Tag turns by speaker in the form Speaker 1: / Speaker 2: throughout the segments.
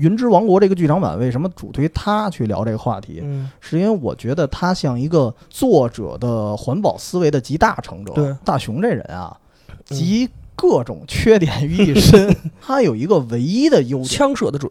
Speaker 1: 《云之王国》这个剧场版为什么主推他去聊这个话题，
Speaker 2: 嗯，
Speaker 1: 是因为我觉得他像一个作者的环保思维的集大成者。
Speaker 2: 对嗯
Speaker 1: 大熊这人啊，集各种缺点于一身， 他有一个唯一的优点，
Speaker 2: 枪射的准，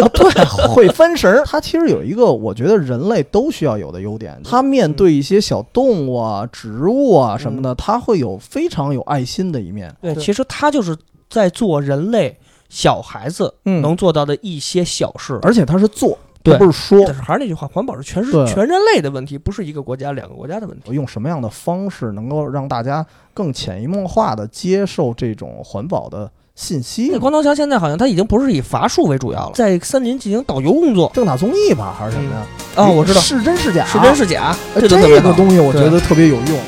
Speaker 1: 啊，对， 会翻神儿。它其实有一个我觉得人类都需要有的优
Speaker 2: 嗯
Speaker 1: 点，它面对一些小动物啊、植物啊什么
Speaker 2: 嗯
Speaker 1: 的，它会有非常有爱心的一面。
Speaker 2: 对，
Speaker 3: 对
Speaker 2: 其实他就是在做人类小孩子
Speaker 1: 嗯
Speaker 2: 能做到的一些小事。
Speaker 1: 而且它是做，
Speaker 2: 对
Speaker 1: 它不是说
Speaker 2: 但是还是那句话，环保是全是
Speaker 1: 对
Speaker 2: 全人类的问题，不是一个国家、两个国家的问题。
Speaker 1: 用什么样的方式能够让大家更潜移默化的接受这种环保的信息
Speaker 2: 那。光头强现在好像他已经不是以伐树为主要了，在森林进行导游工作
Speaker 1: 正打综艺吧，还是什么呀？
Speaker 2: 啊，我知道
Speaker 1: 是真是假？
Speaker 2: 是真是假，
Speaker 1: 哎
Speaker 2: 这都特别
Speaker 1: 这个
Speaker 2: 好。
Speaker 1: 东西我觉
Speaker 2: 对
Speaker 1: 得特别有用。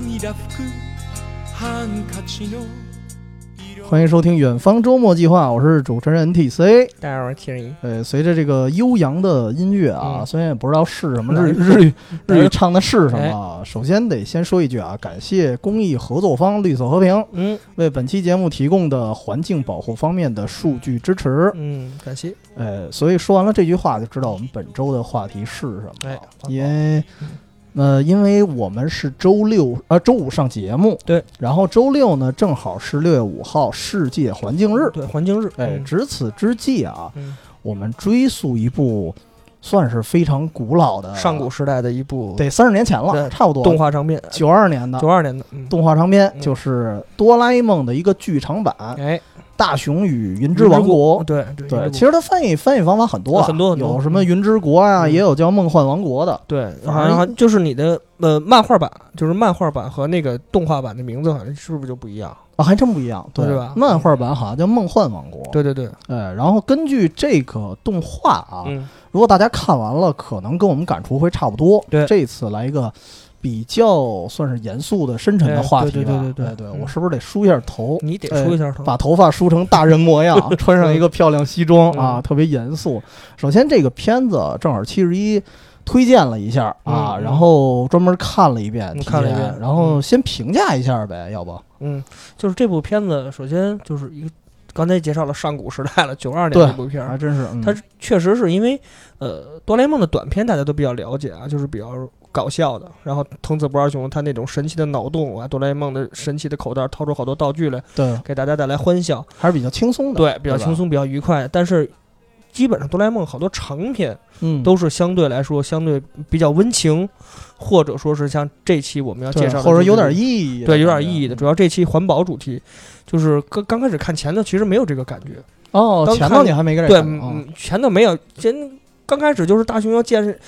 Speaker 4: 涙拭くハンカチの色
Speaker 1: 欢迎收听《远方周末计划》，我是主持人 NTC。
Speaker 2: 待会儿听一
Speaker 1: 呃，随着这个悠扬的音乐啊，
Speaker 2: 嗯
Speaker 1: 虽然也不知道是什么
Speaker 2: 哪
Speaker 1: 日
Speaker 2: 儿
Speaker 1: 日语日语唱的是什么啊，首先得先说一句啊，感谢公益合作方绿色和平
Speaker 2: 嗯
Speaker 1: 为本期节目提供的环境保护方面的数据支持。
Speaker 2: 嗯，感谢。
Speaker 1: 呃，所以说完了这句话，就知道我们本周的话题是什么
Speaker 2: 哎
Speaker 1: 了。因为，呃，因为我们是周六啊、周五上节目，
Speaker 2: 对，
Speaker 1: 然后周六呢正好是六月五号世界环境日。
Speaker 2: 对环境日，
Speaker 1: 哎，
Speaker 2: 嗯
Speaker 1: 值此之际啊，
Speaker 2: 嗯
Speaker 1: 我们追溯一部算是非常古老的
Speaker 2: 上古时代的一部
Speaker 1: 得三十年前了，
Speaker 2: 呃对
Speaker 1: 差不多
Speaker 2: 动画唱片，
Speaker 1: 九二年的
Speaker 2: 九二年的。嗯
Speaker 1: 动画长篇，
Speaker 2: 嗯
Speaker 1: 就是《哆啦 A 梦》的一个剧场版《
Speaker 2: 哎，
Speaker 1: 大雄与云
Speaker 2: 云
Speaker 1: 之王国》。
Speaker 2: 对云之
Speaker 1: 对，
Speaker 2: 国
Speaker 1: 其实它翻译翻译方法很多啊，
Speaker 2: 呃很多很多
Speaker 1: 有什么云之国啊，
Speaker 2: 嗯
Speaker 1: 也有叫梦幻王国的。
Speaker 2: 对，
Speaker 1: 反
Speaker 2: 好
Speaker 1: 而
Speaker 2: 像还就是你的呃漫画版，就是漫画版和那个动画版的名字，好像是不是就不一样？
Speaker 1: 啊，还真不一样，
Speaker 2: 对吧
Speaker 1: 漫画版好像叫《梦幻王国》，
Speaker 2: 对对对，
Speaker 1: 哎，然后根据这个动画啊，
Speaker 2: 嗯，
Speaker 1: 如果大家看完了，可能跟我们感触会差不多。
Speaker 2: 对
Speaker 1: 这次来一个比较算是严肃的、深沉的
Speaker 2: 哎
Speaker 1: 话题
Speaker 2: 对对
Speaker 1: 吧。
Speaker 2: 对对对
Speaker 1: 哎对
Speaker 2: 嗯
Speaker 1: 我是不是得梳一下头，
Speaker 2: 你得说一下头，
Speaker 1: 把头发梳成大人模 样，穿上一个漂亮西装啊，
Speaker 2: 嗯
Speaker 1: 特别严肃。首先，这个片子正好七十一推荐了一下啊，
Speaker 2: 嗯嗯
Speaker 1: 然后专门看了一遍，
Speaker 2: 嗯看了一
Speaker 1: 提前
Speaker 2: 遍
Speaker 1: 然后先评价一下呗，要不？
Speaker 2: 嗯，就是这部片子，首先就是一个刚才介绍了上古时代了，九二年
Speaker 1: 对
Speaker 2: 这部片
Speaker 1: 还
Speaker 2: 儿，
Speaker 1: 真是，嗯
Speaker 2: 它确实是因为呃哆啦 A 梦的短片大家都比较了解啊，就是比较。搞笑的，然后藤子不二雄他那种神奇的脑洞啊，哆啦 A 梦的神奇的口袋掏出好多道具来，
Speaker 1: 对，
Speaker 2: 给大家带来欢笑。
Speaker 1: 还是比较轻松的。，
Speaker 2: 对，比较
Speaker 1: 吧
Speaker 2: 轻松，比较愉快。但是基本上哆啦 A 梦好多长篇
Speaker 1: 嗯，
Speaker 2: 都是相对来说相对比较温情，或者说是像这期我们要
Speaker 1: 对
Speaker 2: 介绍的，
Speaker 1: 或者有点意义，
Speaker 2: 对有点意义的。
Speaker 1: 嗯
Speaker 2: 主要这期环保主题，就是刚刚开始看前头其实没有这个感觉，
Speaker 1: 哦，
Speaker 2: 刚
Speaker 1: 前
Speaker 2: 看
Speaker 1: 头你还没跟
Speaker 2: 对，
Speaker 1: 人讲啊
Speaker 2: 嗯前头没有，前刚开始就是大雄要见识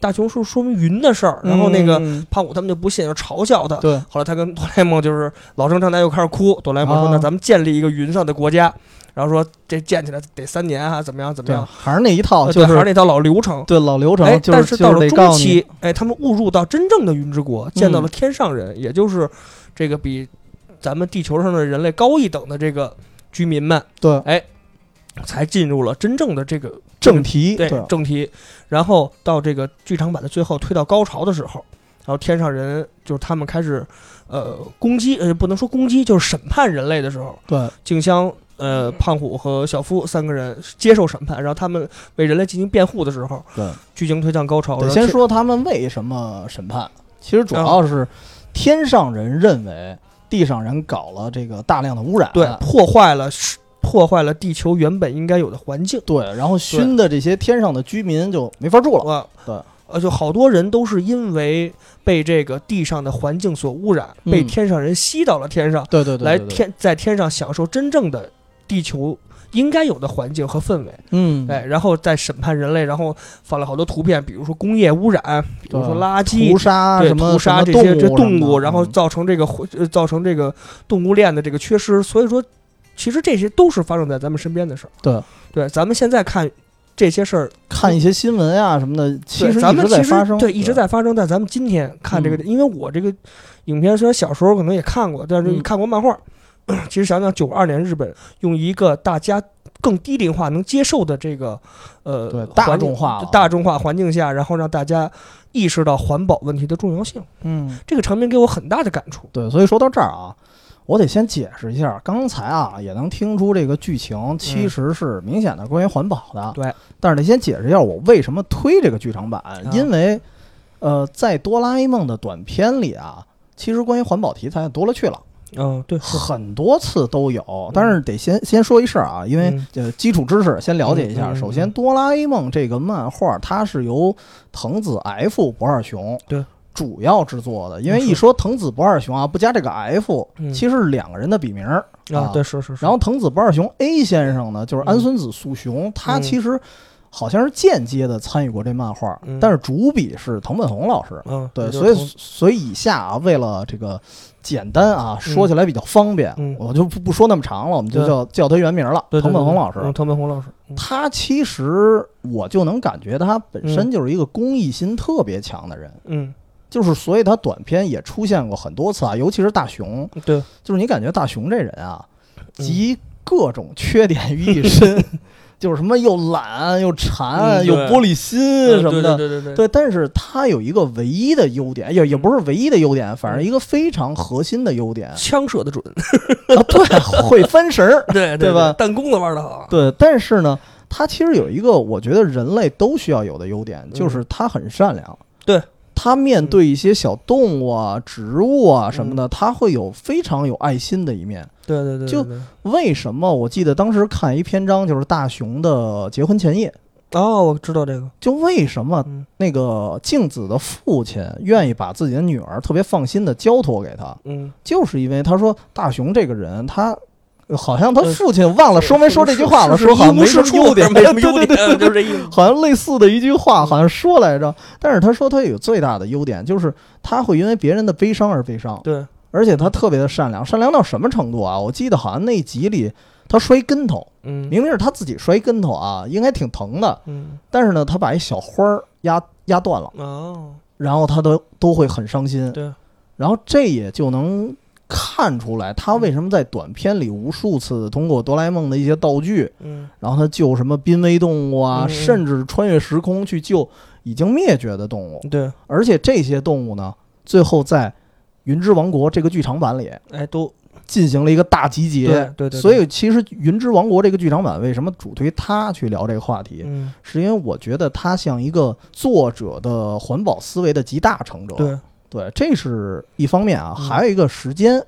Speaker 2: 大雄说说明云的事儿，然后那个。
Speaker 1: 嗯
Speaker 2: 胖虎他们就不信，就嘲笑他。
Speaker 1: 对，
Speaker 2: 后来他跟哆啦 A 梦就是老生常谈，又开始哭。哆啦 A 梦说：“
Speaker 1: 啊
Speaker 2: 那咱们建立一个云上的国家。”然后说这建起来得三年啊，怎么样怎么
Speaker 1: 对，
Speaker 2: 样？
Speaker 1: 还是那一套，
Speaker 2: 呃
Speaker 1: 就
Speaker 2: 对还
Speaker 1: 是
Speaker 2: 是那套老流程。
Speaker 1: 对老流
Speaker 2: 哎
Speaker 1: 程，，就
Speaker 2: 但
Speaker 1: 是
Speaker 2: 到
Speaker 1: 就是
Speaker 2: 了
Speaker 1: 得
Speaker 2: 中
Speaker 1: 告诉你，嗯
Speaker 2: 期，哎，他们误入到真正的云之国，见到了天上人，也就是这个比咱们地球上的人类高一等的这个居民们，
Speaker 1: 对
Speaker 2: 才进入了真正的这个
Speaker 1: 正题，
Speaker 2: 对正题。然后到这个剧场版的最后推到高潮的时候，然后天上人就是他们开始呃攻击，呃不能说攻击，就是审判人类的时候，
Speaker 1: 对，
Speaker 2: 静香、呃胖虎和小夫三个人接受审判，然后他们为人类进行辩护的时候，
Speaker 1: 对，
Speaker 2: 剧情推向高潮。
Speaker 1: 得
Speaker 2: 然后
Speaker 1: 先
Speaker 2: 天
Speaker 1: 说他们为什么审判，其实主
Speaker 2: 嗯
Speaker 1: 要是天上人认为地上人搞了这个大量的污染，
Speaker 2: 对破坏了是破坏了地球原本应该有的环境。
Speaker 1: 对，然后熏的这些天上的居民就没法住了，
Speaker 2: 啊，
Speaker 1: 对，
Speaker 2: 呃，就好多人都是因为被这个地上的环境所污染，
Speaker 1: 嗯
Speaker 2: 被天上人吸到了天上，
Speaker 1: 对对对，
Speaker 2: 来
Speaker 1: 对，
Speaker 2: 天在天上享受真正的地球应该有的环境和氛围。
Speaker 1: 对嗯，
Speaker 2: 哎，然后再审判人类，然后放了好多图片，比如说工业污染，比如说
Speaker 1: 对
Speaker 2: 垃圾
Speaker 1: 屠。杀
Speaker 2: 对
Speaker 1: 啊什么
Speaker 2: 屠
Speaker 1: 什
Speaker 2: 杀这
Speaker 1: 么嗯
Speaker 2: 些这
Speaker 1: 物
Speaker 2: 动
Speaker 1: 动
Speaker 2: 物，然后造成这个环呃造成这个动物链的这个缺失，所以说其实这些都是发生在咱们身边的事儿。
Speaker 1: 对
Speaker 2: 对，咱们现在看这些事儿，
Speaker 1: 看一些新闻啊什么的，其
Speaker 2: 对
Speaker 1: 实
Speaker 2: 咱
Speaker 1: 一
Speaker 2: 们
Speaker 1: 直
Speaker 2: 其
Speaker 1: 在
Speaker 2: 实
Speaker 1: 发生，嗯
Speaker 2: 对一直在发生。但咱们今天看这个，因为我这个影片虽然小时候可能也看过，但是
Speaker 1: 嗯
Speaker 2: 看过漫画， 其实想想九二年日本用一个大家更低龄化、能接受的这个呃
Speaker 1: 对
Speaker 2: 环
Speaker 1: 大众化了
Speaker 2: 大众化环境下，然后让大家意识到环保问题的重要性，
Speaker 1: 嗯，
Speaker 2: 这个场面给我很大的感触。
Speaker 1: 对，所以说到这儿啊，我得先解释一下，刚才啊也能听出这个剧情其实是明显的关于环保的，
Speaker 2: 对。
Speaker 1: 但是得先解释一下我为什么推这个剧场版，因为呃，在哆啦 A 梦的短片里啊，其实关于环保题材多了去了，
Speaker 2: 嗯，对，是
Speaker 1: 很多次都有。但是得先先说一事儿啊，因为
Speaker 2: 嗯
Speaker 1: 呃基础知识先了解一下。
Speaker 2: 嗯嗯嗯
Speaker 1: 首先，哆啦 A 梦这个漫画它是由藤子 F 不二雄
Speaker 2: 对嗯
Speaker 1: 主要制作的，因为
Speaker 2: 是
Speaker 1: 一说藤子不二雄啊，不加这个 F，
Speaker 2: 嗯
Speaker 1: 其实是两个人的笔名儿
Speaker 2: 啊，对，是是是。嗯
Speaker 1: 然后藤子不二雄 A 先生呢，就是安孙子素雄，他其实好像是间接的参与过这漫画，
Speaker 2: 嗯
Speaker 1: 但是主笔是藤本弘老师。
Speaker 2: 嗯，
Speaker 1: 对，
Speaker 2: 也就
Speaker 1: 所以
Speaker 2: 从
Speaker 1: 所以以下啊，为了这个简单啊，说起来比较方便，
Speaker 2: 嗯
Speaker 1: 我就不不说那么长了，我们就
Speaker 2: 对
Speaker 1: 叫叫他原名了，
Speaker 2: 对对
Speaker 1: 藤本
Speaker 2: 对
Speaker 1: 弘老师。
Speaker 2: 嗯藤本弘老师，嗯
Speaker 1: 他其实我就能感觉他本身就是一个公益心特别强的人，
Speaker 2: 嗯，
Speaker 1: 就是所以他短片也出现过很多次啊，尤其是大熊，
Speaker 2: 对，
Speaker 1: 就是你感觉大熊这人啊，
Speaker 2: 嗯
Speaker 1: 集各种缺点于一身， 就是什么又懒又馋
Speaker 2: 嗯对嗯
Speaker 1: 又玻璃心什么的。
Speaker 2: 对对对嗯
Speaker 1: 对，但是他有一个唯一的优点，也也不是唯一的优点，反正一个非常核心的 优点啊，
Speaker 2: 枪射的准，啊
Speaker 1: 对， 会翻神 儿，
Speaker 2: 对
Speaker 1: 对吧
Speaker 2: 弹弓子玩的好，啊
Speaker 1: 对。但是呢，他其实有一个我觉得人类都需要有的优点，就是他很善良。
Speaker 2: 嗯对，嗯
Speaker 1: 他面对一些小动物啊、植物啊什么的，他会有非常有爱心的一面。
Speaker 2: 对对对，
Speaker 1: 就
Speaker 2: 对
Speaker 1: 为什么？我记得当时看一篇章，就是大熊的结婚前夜，
Speaker 2: 哦，我知道这个，
Speaker 1: 就为什么
Speaker 2: 嗯
Speaker 1: 那个静子的父亲愿意把自己的女儿特别放心的交托给他，
Speaker 2: 嗯，
Speaker 1: 就是因为他说大熊这个人，他呃好像他父亲忘了说没说这句话了，
Speaker 2: 是
Speaker 1: 说
Speaker 2: 是
Speaker 1: 好像没
Speaker 2: 是
Speaker 1: 什么优点，
Speaker 2: 没什么优
Speaker 1: 对对对对
Speaker 2: 点，就
Speaker 1: 对
Speaker 2: 这意思。
Speaker 1: 好像类似的一句话，好像说来着。但是他说他有最大的优点，就是他会因为别人的悲伤而悲伤。
Speaker 2: 对，
Speaker 1: 而且他特别的善良，善良到什么程度啊？我记得好像那集里他摔跟头，
Speaker 2: 嗯，
Speaker 1: 明明是他自己摔跟头啊，应该挺疼的，
Speaker 2: 嗯，
Speaker 1: 但是呢，他把一小花儿压压断了，
Speaker 2: 哦，
Speaker 1: 然后他都都会很伤心。
Speaker 2: 对，
Speaker 1: 然后这也就能看出来他为什么在短片里无数次通过哆啦 A 梦的一些道具，
Speaker 2: 嗯，
Speaker 1: 然后他救什么濒危动物啊，
Speaker 2: 嗯嗯
Speaker 1: 甚至穿越时空去救已经灭绝的动物，
Speaker 2: 对，
Speaker 1: 而且这些动物呢，最后在《云之王国》这个剧场版里。
Speaker 2: 哎，都
Speaker 1: 进行了一个大集结。
Speaker 2: 对对对对
Speaker 1: 所以其实《云之王国》这个剧场版为什么主推它去聊这个话题，
Speaker 2: 嗯，
Speaker 1: 是因为我觉得它像一个作者的环保思维的集大成者。
Speaker 2: 对，
Speaker 1: 对这是一方面啊，
Speaker 2: 嗯
Speaker 1: 还有一个时间。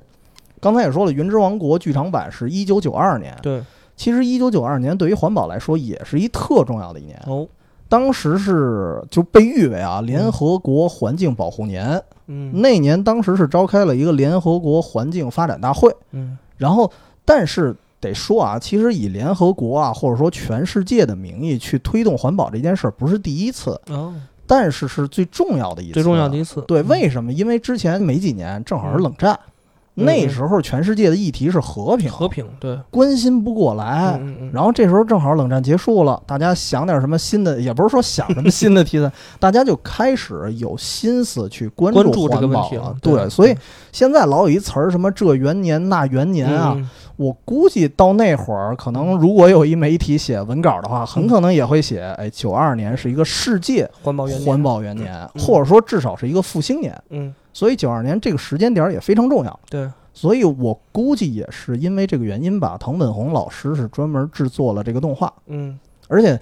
Speaker 1: 刚才也说了，《云之王国》剧场版是一九九二年。
Speaker 2: 对，
Speaker 1: 其实，一九九二年对于环保来说也是一特重要的一年。
Speaker 2: 哦，
Speaker 1: 当时是就被誉为啊联合国环境保护年。
Speaker 2: 嗯，
Speaker 1: 那年当时是召开了一个联合国环境发展大会，
Speaker 2: 嗯，
Speaker 1: 然后，但是得说啊，其实以联合国啊，或者说全世界的名义去推动环保这件事儿，不是第一次，
Speaker 2: 哦，
Speaker 1: 但是是最重要的一次。
Speaker 2: 最重要的一。次，
Speaker 1: 对，
Speaker 2: 嗯
Speaker 1: 为什么？因为之前没几年，正好是冷战，
Speaker 2: 嗯
Speaker 1: 那时候全世界的议题是和平，
Speaker 2: 和平，对，
Speaker 1: 关心不过来。
Speaker 2: 嗯嗯嗯
Speaker 1: 哎然后这时候正好冷战结束了，大家想点什么新的，也不是说想什么新的 题材，大家就开始有心思去关
Speaker 2: 关注这
Speaker 1: 环
Speaker 2: 个问
Speaker 1: 保
Speaker 2: 题了，
Speaker 1: 对，所以现在老有一词儿什么“这元年那元年”啊，，
Speaker 2: 嗯嗯
Speaker 1: 我估计到那会儿，可能如果有一媒体写文稿的话，很可能也会写，
Speaker 2: 嗯
Speaker 1: 哎，九二年是一个世界
Speaker 2: 环保原理
Speaker 1: 环，保元年，
Speaker 2: 嗯
Speaker 1: 或者说至少是一个复兴年。
Speaker 2: 嗯，
Speaker 1: 所以九二年这个时间点儿也非常重要。
Speaker 2: 对，
Speaker 1: 所以我估计也是因为这个原因吧，藤本弘老师是专门制作了这个动画，
Speaker 2: 嗯，
Speaker 1: 而且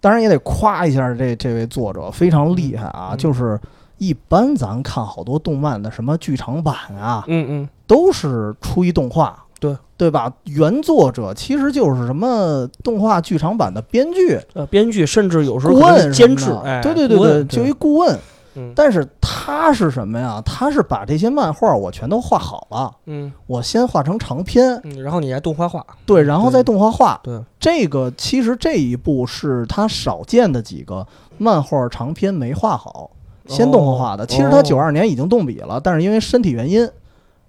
Speaker 1: 当然也得夸一下这这位作者非常厉害啊，
Speaker 2: 嗯
Speaker 1: 就是。一般咱看好多动漫的什么剧场版啊，
Speaker 2: 嗯嗯，
Speaker 1: 都是出一动画，
Speaker 2: 对
Speaker 1: 对吧？原作者其实就是什么动画剧场版的编剧、
Speaker 2: 呃，编剧甚至有时候
Speaker 1: 顾
Speaker 2: 可能
Speaker 1: 问
Speaker 2: 是
Speaker 1: 什么
Speaker 2: 监制
Speaker 1: 的，
Speaker 2: 哎，
Speaker 1: 对对对
Speaker 2: 顾
Speaker 1: 对，
Speaker 2: 问
Speaker 1: 就一顾问。
Speaker 2: 嗯
Speaker 1: 但是他是什么呀？他是把这些漫画我全都画好了，
Speaker 2: 嗯
Speaker 1: 我先画成长篇，
Speaker 2: 嗯，然后你来动画化，
Speaker 1: 对，然后再动画化。
Speaker 2: 对，
Speaker 1: 这个其实这一部是他少见的几个漫画长篇没画好，先动画化的。
Speaker 2: 哦
Speaker 1: 其实他
Speaker 2: 哦
Speaker 1: 九二年已经动笔了，但是因为身体原因，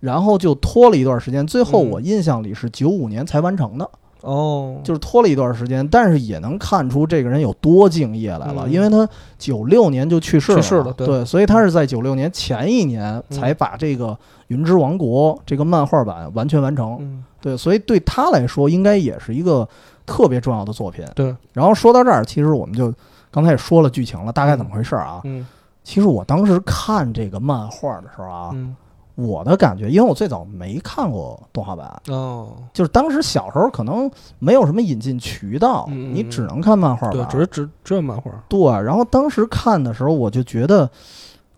Speaker 1: 然后就拖了一段时间。最后
Speaker 2: 嗯
Speaker 1: 我印象里是九五年才完成的。
Speaker 2: 哦，
Speaker 1: 就是拖了一段时间，但是也能看出这个人有多敬业来了，
Speaker 2: 嗯
Speaker 1: 因为他九六年就去世了，
Speaker 2: 去世了
Speaker 1: 对
Speaker 2: 对嗯
Speaker 1: 所以他是在九六年前一年才把这个《云之王国》这个漫画版完全完成，
Speaker 2: 嗯，
Speaker 1: 对，所以对他来说应该也是一个特别重要的作品。
Speaker 2: 对，
Speaker 1: 然后说到这儿，其实我们就刚才也说了剧情了，大概怎么回事啊？
Speaker 2: 嗯
Speaker 1: 其实我当时看这个漫画的时候啊，
Speaker 2: 嗯，
Speaker 1: 我的感觉，因为我最早没看过动画版，
Speaker 2: 哦，
Speaker 1: 就是当时小时候可能没有什么引进渠道，
Speaker 2: 嗯嗯
Speaker 1: 你只能看漫画
Speaker 2: 对
Speaker 1: 吧，。
Speaker 2: 只是只只有漫画，
Speaker 1: 对然后当时看的时候，我就觉得